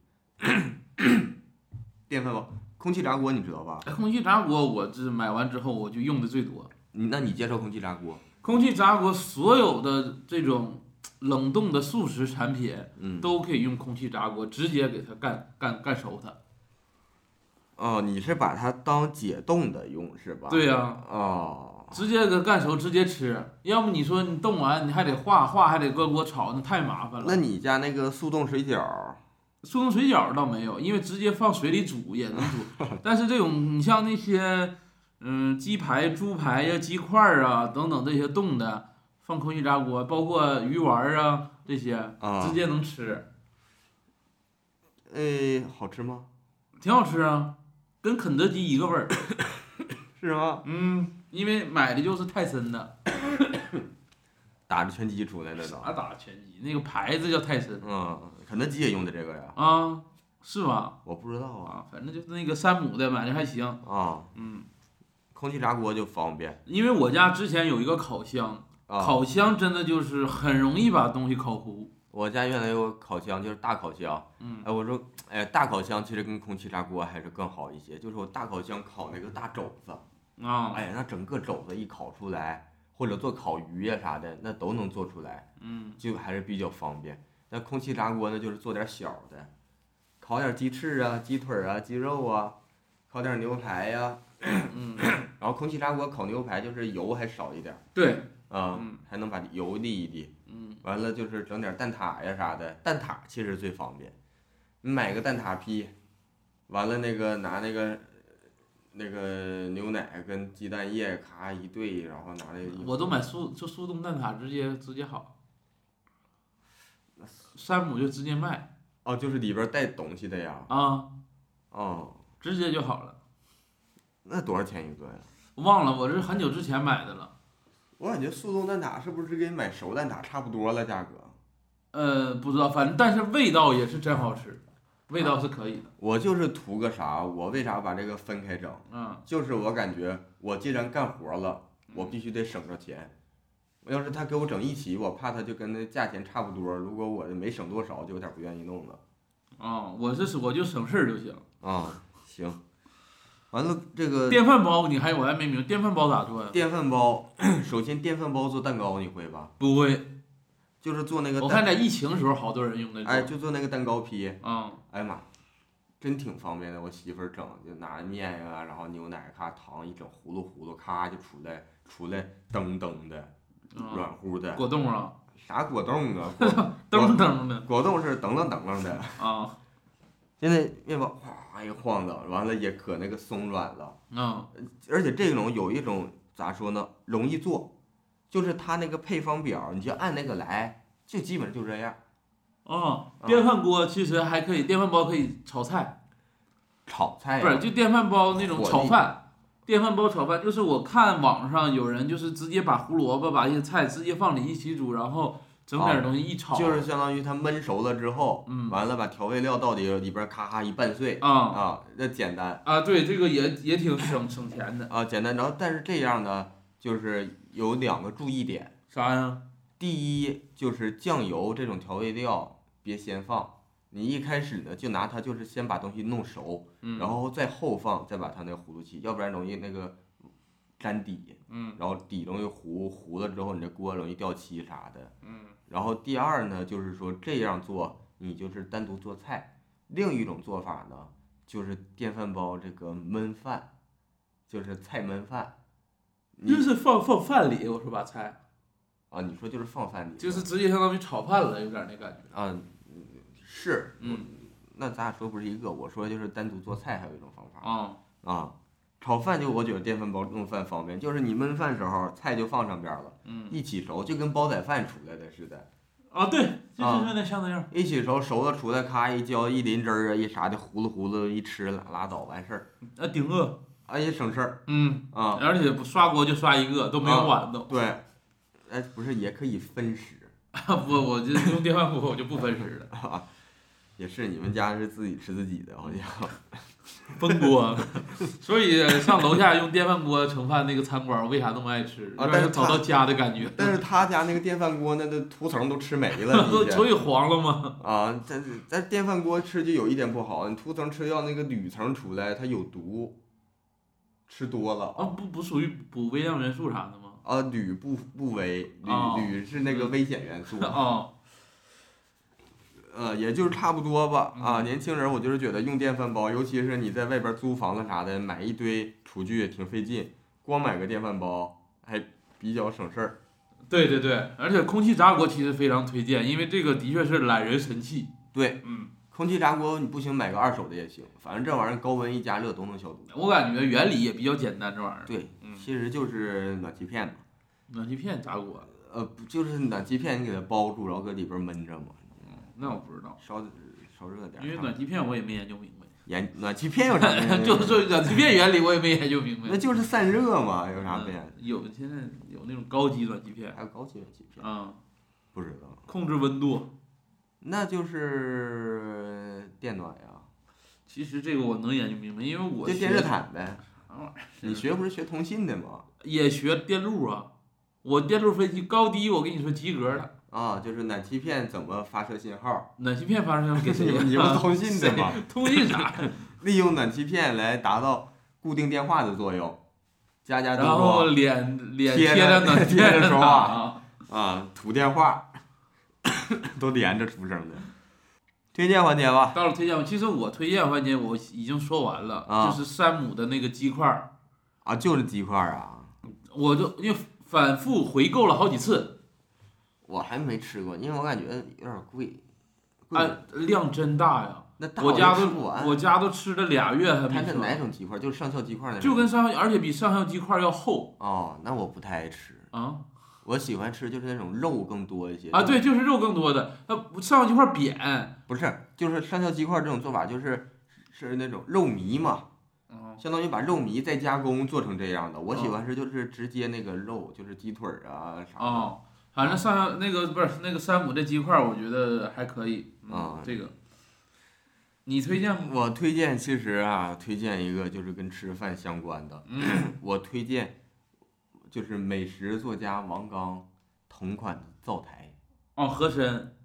[SPEAKER 2] 电饭煲、空气炸锅，你知道吧？
[SPEAKER 1] 哎空气炸锅我这买完之后我就用的最多。
[SPEAKER 2] 你那你介绍空气炸锅，
[SPEAKER 1] 空气炸锅所有的这种冷冻的速食产品
[SPEAKER 2] 嗯，
[SPEAKER 1] 都可以用空气炸锅直接给它干干干熟它。
[SPEAKER 2] 哦，你是把它当解冻的用是吧？
[SPEAKER 1] 对呀、
[SPEAKER 2] 哦，
[SPEAKER 1] 直接给它干熟直接吃。要不你说你冻完你还得化化还得搁锅炒，那太麻烦了。
[SPEAKER 2] 那你家那个速冻水饺儿，
[SPEAKER 1] 速冻水饺倒没有，因为直接放水里煮也能煮。但是这种你像那些，嗯，鸡排、猪排呀、鸡块儿啊等等这些冻的，放空气炸锅，包括鱼丸儿啊这些，
[SPEAKER 2] 啊
[SPEAKER 1] 直，接能吃，
[SPEAKER 2] 哎，好吃吗？
[SPEAKER 1] 挺好吃啊，跟肯德基一个味儿。
[SPEAKER 2] 是吗？
[SPEAKER 1] 嗯，因为买的就是泰森的，
[SPEAKER 2] 打着拳击出来的
[SPEAKER 1] 啥
[SPEAKER 2] 呢。
[SPEAKER 1] 打拳击那个牌子叫泰森
[SPEAKER 2] 嗯，肯德基也用的这个呀。
[SPEAKER 1] 啊，是吧？
[SPEAKER 2] 我不知道啊
[SPEAKER 1] 啊，反正就是那个山姆的，买的还行。
[SPEAKER 2] 啊，
[SPEAKER 1] 嗯，
[SPEAKER 2] 空气炸锅就方便
[SPEAKER 1] 因为我家之前有一个烤箱，
[SPEAKER 2] 啊。
[SPEAKER 1] 烤箱真的就是很容易把东西烤糊。
[SPEAKER 2] 我家原来有个烤箱，就是大烤箱。
[SPEAKER 1] 嗯
[SPEAKER 2] 哎，我说，哎，大烤箱其实跟空气炸锅还是更好一些，就是我大烤箱烤那个大肘子，
[SPEAKER 1] 啊，
[SPEAKER 2] 哎，那整个肘子一烤出来，或者做烤鱼呀啥的，那都能做出来，
[SPEAKER 1] 嗯
[SPEAKER 2] 就还是比较方便。那空气炸锅呢，就是做点小的，烤点鸡翅啊、鸡腿啊、鸡肉啊，烤点牛排呀、
[SPEAKER 1] 嗯，
[SPEAKER 2] 然后空气炸锅烤牛排就是油还少一点儿
[SPEAKER 1] 对，
[SPEAKER 2] 啊，
[SPEAKER 1] 嗯
[SPEAKER 2] 还能把油沥一沥。
[SPEAKER 1] 嗯
[SPEAKER 2] 完了就是整点蛋挞呀啥的，蛋挞其实最方便，你买个蛋挞坯，完了那个拿那个那个牛奶跟鸡蛋液咔一兑，然后拿那个
[SPEAKER 1] 我都买速就速冻蛋挞，直接直接好。山姆就直接卖
[SPEAKER 2] 哦，就是里边带东西的呀，
[SPEAKER 1] 啊，
[SPEAKER 2] 哦，
[SPEAKER 1] 直接就好了。
[SPEAKER 2] 那多少钱一个呀？
[SPEAKER 1] 忘了，我这是很久之前买的了。
[SPEAKER 2] 我感觉速冻蛋挞是不是跟买熟蛋挞差不多了价格？
[SPEAKER 1] 呃，不知道，反正但是味道也是真好吃，味道是可以的。
[SPEAKER 2] 我就是图个啥，我为啥把这个分开整？
[SPEAKER 1] 嗯，
[SPEAKER 2] 就是我感觉我既然干活了，我必须得省着钱。要是他给我整一起，我怕他就跟那价钱差不多。如果我没省多少，就有点不愿意弄了。
[SPEAKER 1] 啊、我是我就省事儿就行。
[SPEAKER 2] 啊， 行。完了，这个
[SPEAKER 1] 电饭煲你还我还没明白，电饭煲咋做呀？
[SPEAKER 2] 电饭煲， 首先电饭煲做蛋糕你会吧？
[SPEAKER 1] 不会，
[SPEAKER 2] 就是做那个
[SPEAKER 1] 我
[SPEAKER 2] 蛋，
[SPEAKER 1] 看在疫情的时候好多人用那
[SPEAKER 2] 哎，
[SPEAKER 1] 种。
[SPEAKER 2] 就做那个蛋糕坯。
[SPEAKER 1] 嗯
[SPEAKER 2] 哎呀妈，真挺方便的。我媳妇儿整，就拿面呀、然后牛奶咔糖一整，糊噜糊噜咔就出来，出来噔噔的，
[SPEAKER 1] 嗯，
[SPEAKER 2] 软乎的，
[SPEAKER 1] 果冻啊，
[SPEAKER 2] 啥果冻啊？果
[SPEAKER 1] 噔噔的
[SPEAKER 2] 果冻是噔噔噔噔的，
[SPEAKER 1] 啊，
[SPEAKER 2] 现在面包哗一晃荡，完了也可那个松软了，
[SPEAKER 1] 嗯
[SPEAKER 2] 而且这种有一种咋说呢，容易做，就是它那个配方表，你就按那个来，就基本就这样。
[SPEAKER 1] 哦，电饭锅其实还可以，电饭煲可以炒菜，
[SPEAKER 2] 炒菜啊
[SPEAKER 1] 不是
[SPEAKER 2] 呀
[SPEAKER 1] 就电饭煲那种
[SPEAKER 2] 火力
[SPEAKER 1] 炒饭。电饭煲炒饭就是我看网上有人就是直接把胡萝卜把一些菜直接放里一起煮，然后整点东西一炒，
[SPEAKER 2] 就是相当于它焖熟了之后，
[SPEAKER 1] 嗯
[SPEAKER 2] 完了把调味料到里里边咔咔一拌碎
[SPEAKER 1] 啊
[SPEAKER 2] 啊，那简单
[SPEAKER 1] 啊，对，这个也也挺省省钱的，
[SPEAKER 2] 啊简单。然后但是这样呢，就是有两个注意点，
[SPEAKER 1] 啥呀？
[SPEAKER 2] 第一就是酱油这种调味料别先放，你一开始呢就拿它就是先把东西弄熟。
[SPEAKER 1] 嗯，
[SPEAKER 2] 然后再后放，再把它那个葫芦起，要不然容易那个粘底，
[SPEAKER 1] 嗯
[SPEAKER 2] 然后底容易糊，糊了之后你这锅容易掉漆啥的。
[SPEAKER 1] 嗯
[SPEAKER 2] 然后第二呢，就是说这样做，你就是单独做菜。另一种做法呢，就是电饭煲这个焖饭，就是菜焖饭。你
[SPEAKER 1] 就是放放饭里，我说把菜，吧
[SPEAKER 2] 啊，你说就是放饭里，
[SPEAKER 1] 就是直接相当于炒饭了，有点那感觉。
[SPEAKER 2] 啊，嗯是，
[SPEAKER 1] 嗯
[SPEAKER 2] 那咱俩说不是一个，我说就是单独做菜还有一种方法。
[SPEAKER 1] 啊
[SPEAKER 2] 啊，炒饭就我觉得电饭煲弄饭方便，就是你焖饭时候菜就放上边儿了，
[SPEAKER 1] 嗯
[SPEAKER 2] 一起熟就跟煲仔饭出来的似的，
[SPEAKER 1] 啊，对，就是
[SPEAKER 2] 啊
[SPEAKER 1] 有点像那样。
[SPEAKER 2] 一起熟熟了出来，咔一浇一淋汁儿啊一啥的，糊噜糊噜一吃拉拉倒完事儿，
[SPEAKER 1] 啊，顶饿。
[SPEAKER 2] 哎也省事儿
[SPEAKER 1] 嗯，
[SPEAKER 2] 啊。
[SPEAKER 1] 而且不刷锅就刷一个，都没有碗都。
[SPEAKER 2] 对，哎不是也可以分食，
[SPEAKER 1] 不，我就 用电饭锅，我就不分食 了，
[SPEAKER 2] 也是你们家是自己吃自己的好像，
[SPEAKER 1] 分
[SPEAKER 2] 啊
[SPEAKER 1] 锅。 所以上楼下用电饭锅盛饭那个餐馆，我为啥那么爱吃？
[SPEAKER 2] 啊
[SPEAKER 1] 有
[SPEAKER 2] 但
[SPEAKER 1] 点
[SPEAKER 2] 是
[SPEAKER 1] 找到家的感觉。
[SPEAKER 2] 但是他家那个电饭锅那都涂层都吃没了，
[SPEAKER 1] 都
[SPEAKER 2] 已
[SPEAKER 1] 所
[SPEAKER 2] 经
[SPEAKER 1] 以黄了吗？
[SPEAKER 2] 啊，在在电饭锅吃就有一点不好，你涂层吃掉那个铝层出来，它有毒，吃多了
[SPEAKER 1] 啊，不不属于补微量元素啥的吗？
[SPEAKER 2] 啊，铝不不危，铝
[SPEAKER 1] 哦，
[SPEAKER 2] 铝是那个危险元素
[SPEAKER 1] 哦，
[SPEAKER 2] 呃，也就是差不多吧。啊，
[SPEAKER 1] 嗯
[SPEAKER 2] 年轻人，我就是觉得用电饭煲，尤其是你在外边租房子啥的，买一堆厨具也挺费劲，光买个电饭煲还比较省事儿
[SPEAKER 1] 对对对，而且空气炸锅其实非常推荐，因为这个的确是懒人神器。
[SPEAKER 2] 对，
[SPEAKER 1] 嗯。
[SPEAKER 2] 空气炸锅你不行买个二手的也行，反正这玩意儿高温一加热都能消毒。
[SPEAKER 1] 我感觉原理也比较简单，这玩意儿。
[SPEAKER 2] 对，
[SPEAKER 1] 嗯，
[SPEAKER 2] 其实就是暖气片嘛，
[SPEAKER 1] 暖气片炸锅，
[SPEAKER 2] 呃，不就是暖气片你给它包住，然后搁里边闷着嘛，
[SPEAKER 1] 那我不知道，
[SPEAKER 2] 烧烧热点儿。
[SPEAKER 1] 因为暖气片我也没研究明白，
[SPEAKER 2] 研暖气片 有啥用？
[SPEAKER 1] 就是暖气片原理我也没研究明白。
[SPEAKER 2] 那就是散热嘛，有啥变？
[SPEAKER 1] 嗯有现在有那种高级暖气片，
[SPEAKER 2] 还有高级暖气片？
[SPEAKER 1] 啊，
[SPEAKER 2] 不知道，
[SPEAKER 1] 控制温度，
[SPEAKER 2] 那就是电暖呀。
[SPEAKER 1] 其实这个我能研究明白，因为我
[SPEAKER 2] 就
[SPEAKER 1] 学
[SPEAKER 2] 电热毯呗。
[SPEAKER 1] 啥玩意儿
[SPEAKER 2] 你学不是学通信的吗？
[SPEAKER 1] 也学电路啊，我电路分析高低，我跟你说及格了。
[SPEAKER 2] 啊，就是暖气片怎么发射信号？
[SPEAKER 1] 暖气片发射给
[SPEAKER 2] 这
[SPEAKER 1] 谁
[SPEAKER 2] 是你
[SPEAKER 1] 呀？
[SPEAKER 2] 们你们通信的吗？
[SPEAKER 1] 通信 啥？
[SPEAKER 2] 利用暖气片来达到固定电话的作用，家家都
[SPEAKER 1] 然后
[SPEAKER 2] 说
[SPEAKER 1] 脸脸
[SPEAKER 2] 啊贴着
[SPEAKER 1] 着暖
[SPEAKER 2] 贴着说话
[SPEAKER 1] 啊，
[SPEAKER 2] 啊，土电话 都连着出声的。推荐环节吧，
[SPEAKER 1] 到了推荐环，其实我推荐环节我已经说完了，
[SPEAKER 2] 啊
[SPEAKER 1] 就是山姆的那个鸡块儿，
[SPEAKER 2] 啊，就是鸡块儿啊，
[SPEAKER 1] 我就因为反复回购了好几次，
[SPEAKER 2] 我还没吃过，因为我感觉有点贵。贵
[SPEAKER 1] 啊，量真大呀！
[SPEAKER 2] 那嗯大
[SPEAKER 1] 我家
[SPEAKER 2] 都
[SPEAKER 1] 都
[SPEAKER 2] 吃不完。
[SPEAKER 1] 我家都吃了俩月还
[SPEAKER 2] 它
[SPEAKER 1] 没
[SPEAKER 2] 是
[SPEAKER 1] 吃
[SPEAKER 2] 哪
[SPEAKER 1] 完，
[SPEAKER 2] 种鸡块儿？就是上校鸡块儿那种。
[SPEAKER 1] 就跟上校，而且比上校鸡块要厚
[SPEAKER 2] 哦，那我不太爱吃，
[SPEAKER 1] 啊
[SPEAKER 2] 我喜欢吃就是那种肉更多一些
[SPEAKER 1] 啊！，对，就是肉更多的，它不上校鸡块扁，
[SPEAKER 2] 不是，就是上校鸡块儿这种做法，就是是那种肉糜嘛，
[SPEAKER 1] 啊
[SPEAKER 2] 相当于把肉糜再加工做成这样的。我喜欢吃就是直接那个肉，就是鸡腿儿啊啥的。
[SPEAKER 1] 啊，反正上校那个不是那个山姆这鸡块，我觉得还可以嗯
[SPEAKER 2] 啊
[SPEAKER 1] 这个你推荐 吗？
[SPEAKER 2] 我推荐其实啊，推荐一个就是跟吃饭相关的，
[SPEAKER 1] 嗯，
[SPEAKER 2] 我推荐就是美食作家王刚同款的灶台，
[SPEAKER 1] 哦，和珅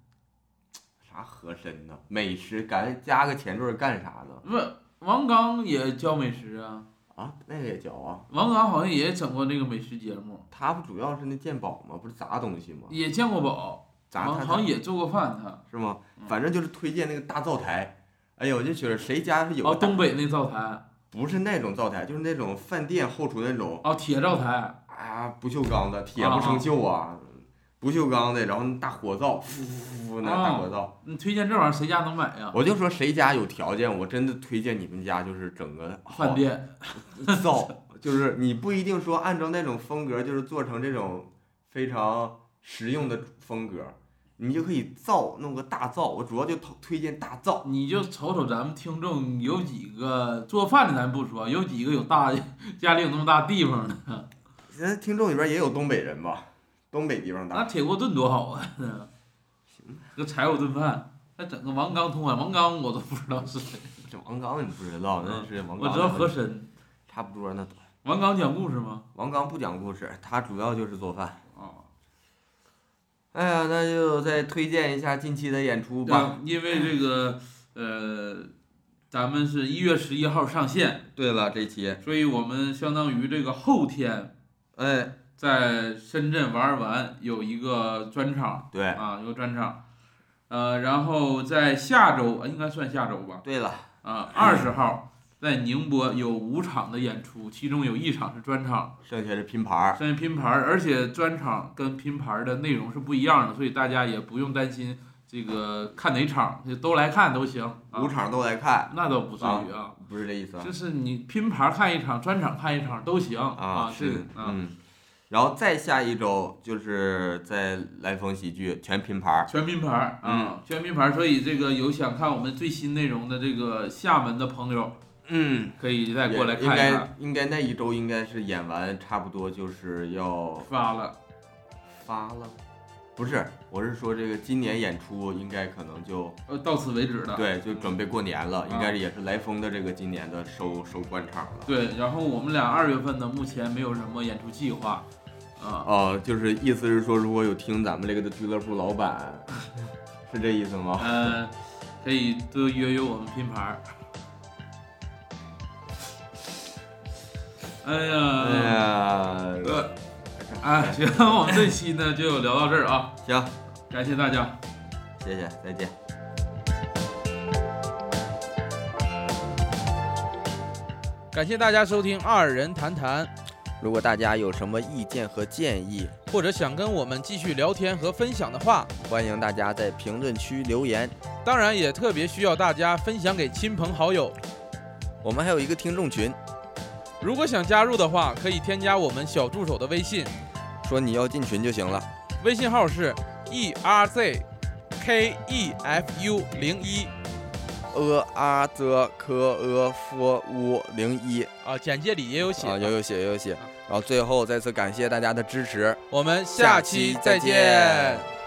[SPEAKER 2] 啥和珅呢？美食敢加个前缀儿干啥呢？
[SPEAKER 1] 不是王刚也教美食啊，
[SPEAKER 2] 啊，那个也叫啊，
[SPEAKER 1] 王刚好像也整过那个美食节目，
[SPEAKER 2] 他不主要是那鉴宝吗？不是砸东西吗？
[SPEAKER 1] 也见过宝，
[SPEAKER 2] 砸
[SPEAKER 1] 好
[SPEAKER 2] 他
[SPEAKER 1] 像好像也做过饭他。
[SPEAKER 2] 是吗？
[SPEAKER 1] 嗯
[SPEAKER 2] 反正就是推荐那个大灶台。哎呦，我就觉得谁家是有
[SPEAKER 1] 哦，
[SPEAKER 2] 个大
[SPEAKER 1] 东北那灶台，
[SPEAKER 2] 不是那种灶台，就是那种饭店后厨那种
[SPEAKER 1] 哦，铁灶台，
[SPEAKER 2] 啊，不锈钢的，铁不生锈啊，不锈钢的，然后那大火灶，呼呼呼那
[SPEAKER 1] 啊
[SPEAKER 2] 大火灶。
[SPEAKER 1] 你推荐这玩意儿谁家能买呀？
[SPEAKER 2] 我就说谁家有条件，我真的推荐你们家就是整个好
[SPEAKER 1] 饭店，
[SPEAKER 2] 灶，就是你不一定说按照那种风格，就是做成这种非常实用的风格，你就可以灶弄个大灶。我主要就推推荐大灶，
[SPEAKER 1] 你就瞅瞅咱们听众有几个做饭的，咱不说，有几个有大 家里有那么大地方的，
[SPEAKER 2] 现在听众里边也有东北人吧，东北地方
[SPEAKER 1] 那
[SPEAKER 2] 大，
[SPEAKER 1] 铁锅炖多好啊！这柴火炖饭，还整个王刚通款，王刚我都不知道是谁，
[SPEAKER 2] 这王刚你不知道，那是王
[SPEAKER 1] 嗯我
[SPEAKER 2] 刚，啊
[SPEAKER 1] 知道和珅。
[SPEAKER 2] 差不多那
[SPEAKER 1] 王刚讲故事吗？
[SPEAKER 2] 王刚不讲故事，他主要就是做饭。
[SPEAKER 1] 啊，
[SPEAKER 2] 哎呀，那就再推荐一下近期的演出吧。
[SPEAKER 1] 因为这个呃，咱们是一月十一号上线，
[SPEAKER 2] 对了，这期，
[SPEAKER 1] 所以我们相当于这个后天
[SPEAKER 2] 哎，
[SPEAKER 1] 在深圳玩完有一个专场
[SPEAKER 2] 对，
[SPEAKER 1] 啊，有个专场。呃，然后在下周，呃应该算下周吧，
[SPEAKER 2] 对了，
[SPEAKER 1] 啊，二十号在宁波有五场的演出，其中有一场是专场，
[SPEAKER 2] 剩下是拼盘儿。
[SPEAKER 1] 算是拼盘儿，而且专场跟拼盘儿的内容是不一样的，所以大家也不用担心这个看哪场，就都来看都行
[SPEAKER 2] 五
[SPEAKER 1] 啊。
[SPEAKER 2] 场都来看，
[SPEAKER 1] 那倒不至于啊，
[SPEAKER 2] 不是这意思啊
[SPEAKER 1] 就是你拼盘儿看一场，专场看一场都行
[SPEAKER 2] 啊，
[SPEAKER 1] 这个
[SPEAKER 2] 是，
[SPEAKER 1] 啊，
[SPEAKER 2] 嗯，然后再下一周就是在来风喜剧全拼盘儿，
[SPEAKER 1] 全拼盘儿
[SPEAKER 3] 嗯
[SPEAKER 1] 啊，全拼盘儿。所以这个有想看我们最新内容的这个厦门的朋友，
[SPEAKER 2] 嗯，
[SPEAKER 1] 可以再
[SPEAKER 2] 也
[SPEAKER 1] 过来
[SPEAKER 2] 应
[SPEAKER 1] 看一看。
[SPEAKER 2] 该应该那一周应该是演完，差不多就是要
[SPEAKER 1] 发了，
[SPEAKER 2] 发了，不是，我是说这个今年演出应该可能就
[SPEAKER 1] 呃，到此为止了。
[SPEAKER 2] 对，就准备过年了，应
[SPEAKER 1] 啊
[SPEAKER 2] 该也是来风的这个今年的收收官场了。
[SPEAKER 1] 对，然后我们俩二月份呢，目前没有什么演出计划，啊，
[SPEAKER 2] 哦，就是意思是说，如果有听咱们这个的俱乐部 老板，是这意思
[SPEAKER 3] 哦
[SPEAKER 2] 吗？
[SPEAKER 1] 呃，可以多约约我们拼盘儿。哎
[SPEAKER 2] 哎
[SPEAKER 1] 呀，
[SPEAKER 2] 呀，
[SPEAKER 1] 哎，行，我们这期呢就聊到这儿啊，
[SPEAKER 2] 行，
[SPEAKER 1] 感谢大家。
[SPEAKER 2] 谢谢，再见。
[SPEAKER 3] 感谢大家收听《二人谈谈》，
[SPEAKER 2] 如果大家有什么意见和建议，
[SPEAKER 3] 或者想跟我们继续聊天和分享的话，
[SPEAKER 2] 欢迎大家在评论区留言。
[SPEAKER 3] 当然也特别需要大家分享给亲朋好友。
[SPEAKER 2] 我们还有一个听众群，
[SPEAKER 3] 如果想加入的话，可以添加我们小助手的微信，
[SPEAKER 2] 说你要进群就行了。
[SPEAKER 3] 微信号是 e r z k e f u 零一
[SPEAKER 2] 呃啊则科呃夫乌零一
[SPEAKER 3] 啊，简介里也有写。
[SPEAKER 2] 啊，有有写有有写。然后最后再次感谢大家的支持。
[SPEAKER 3] 我们下期再见。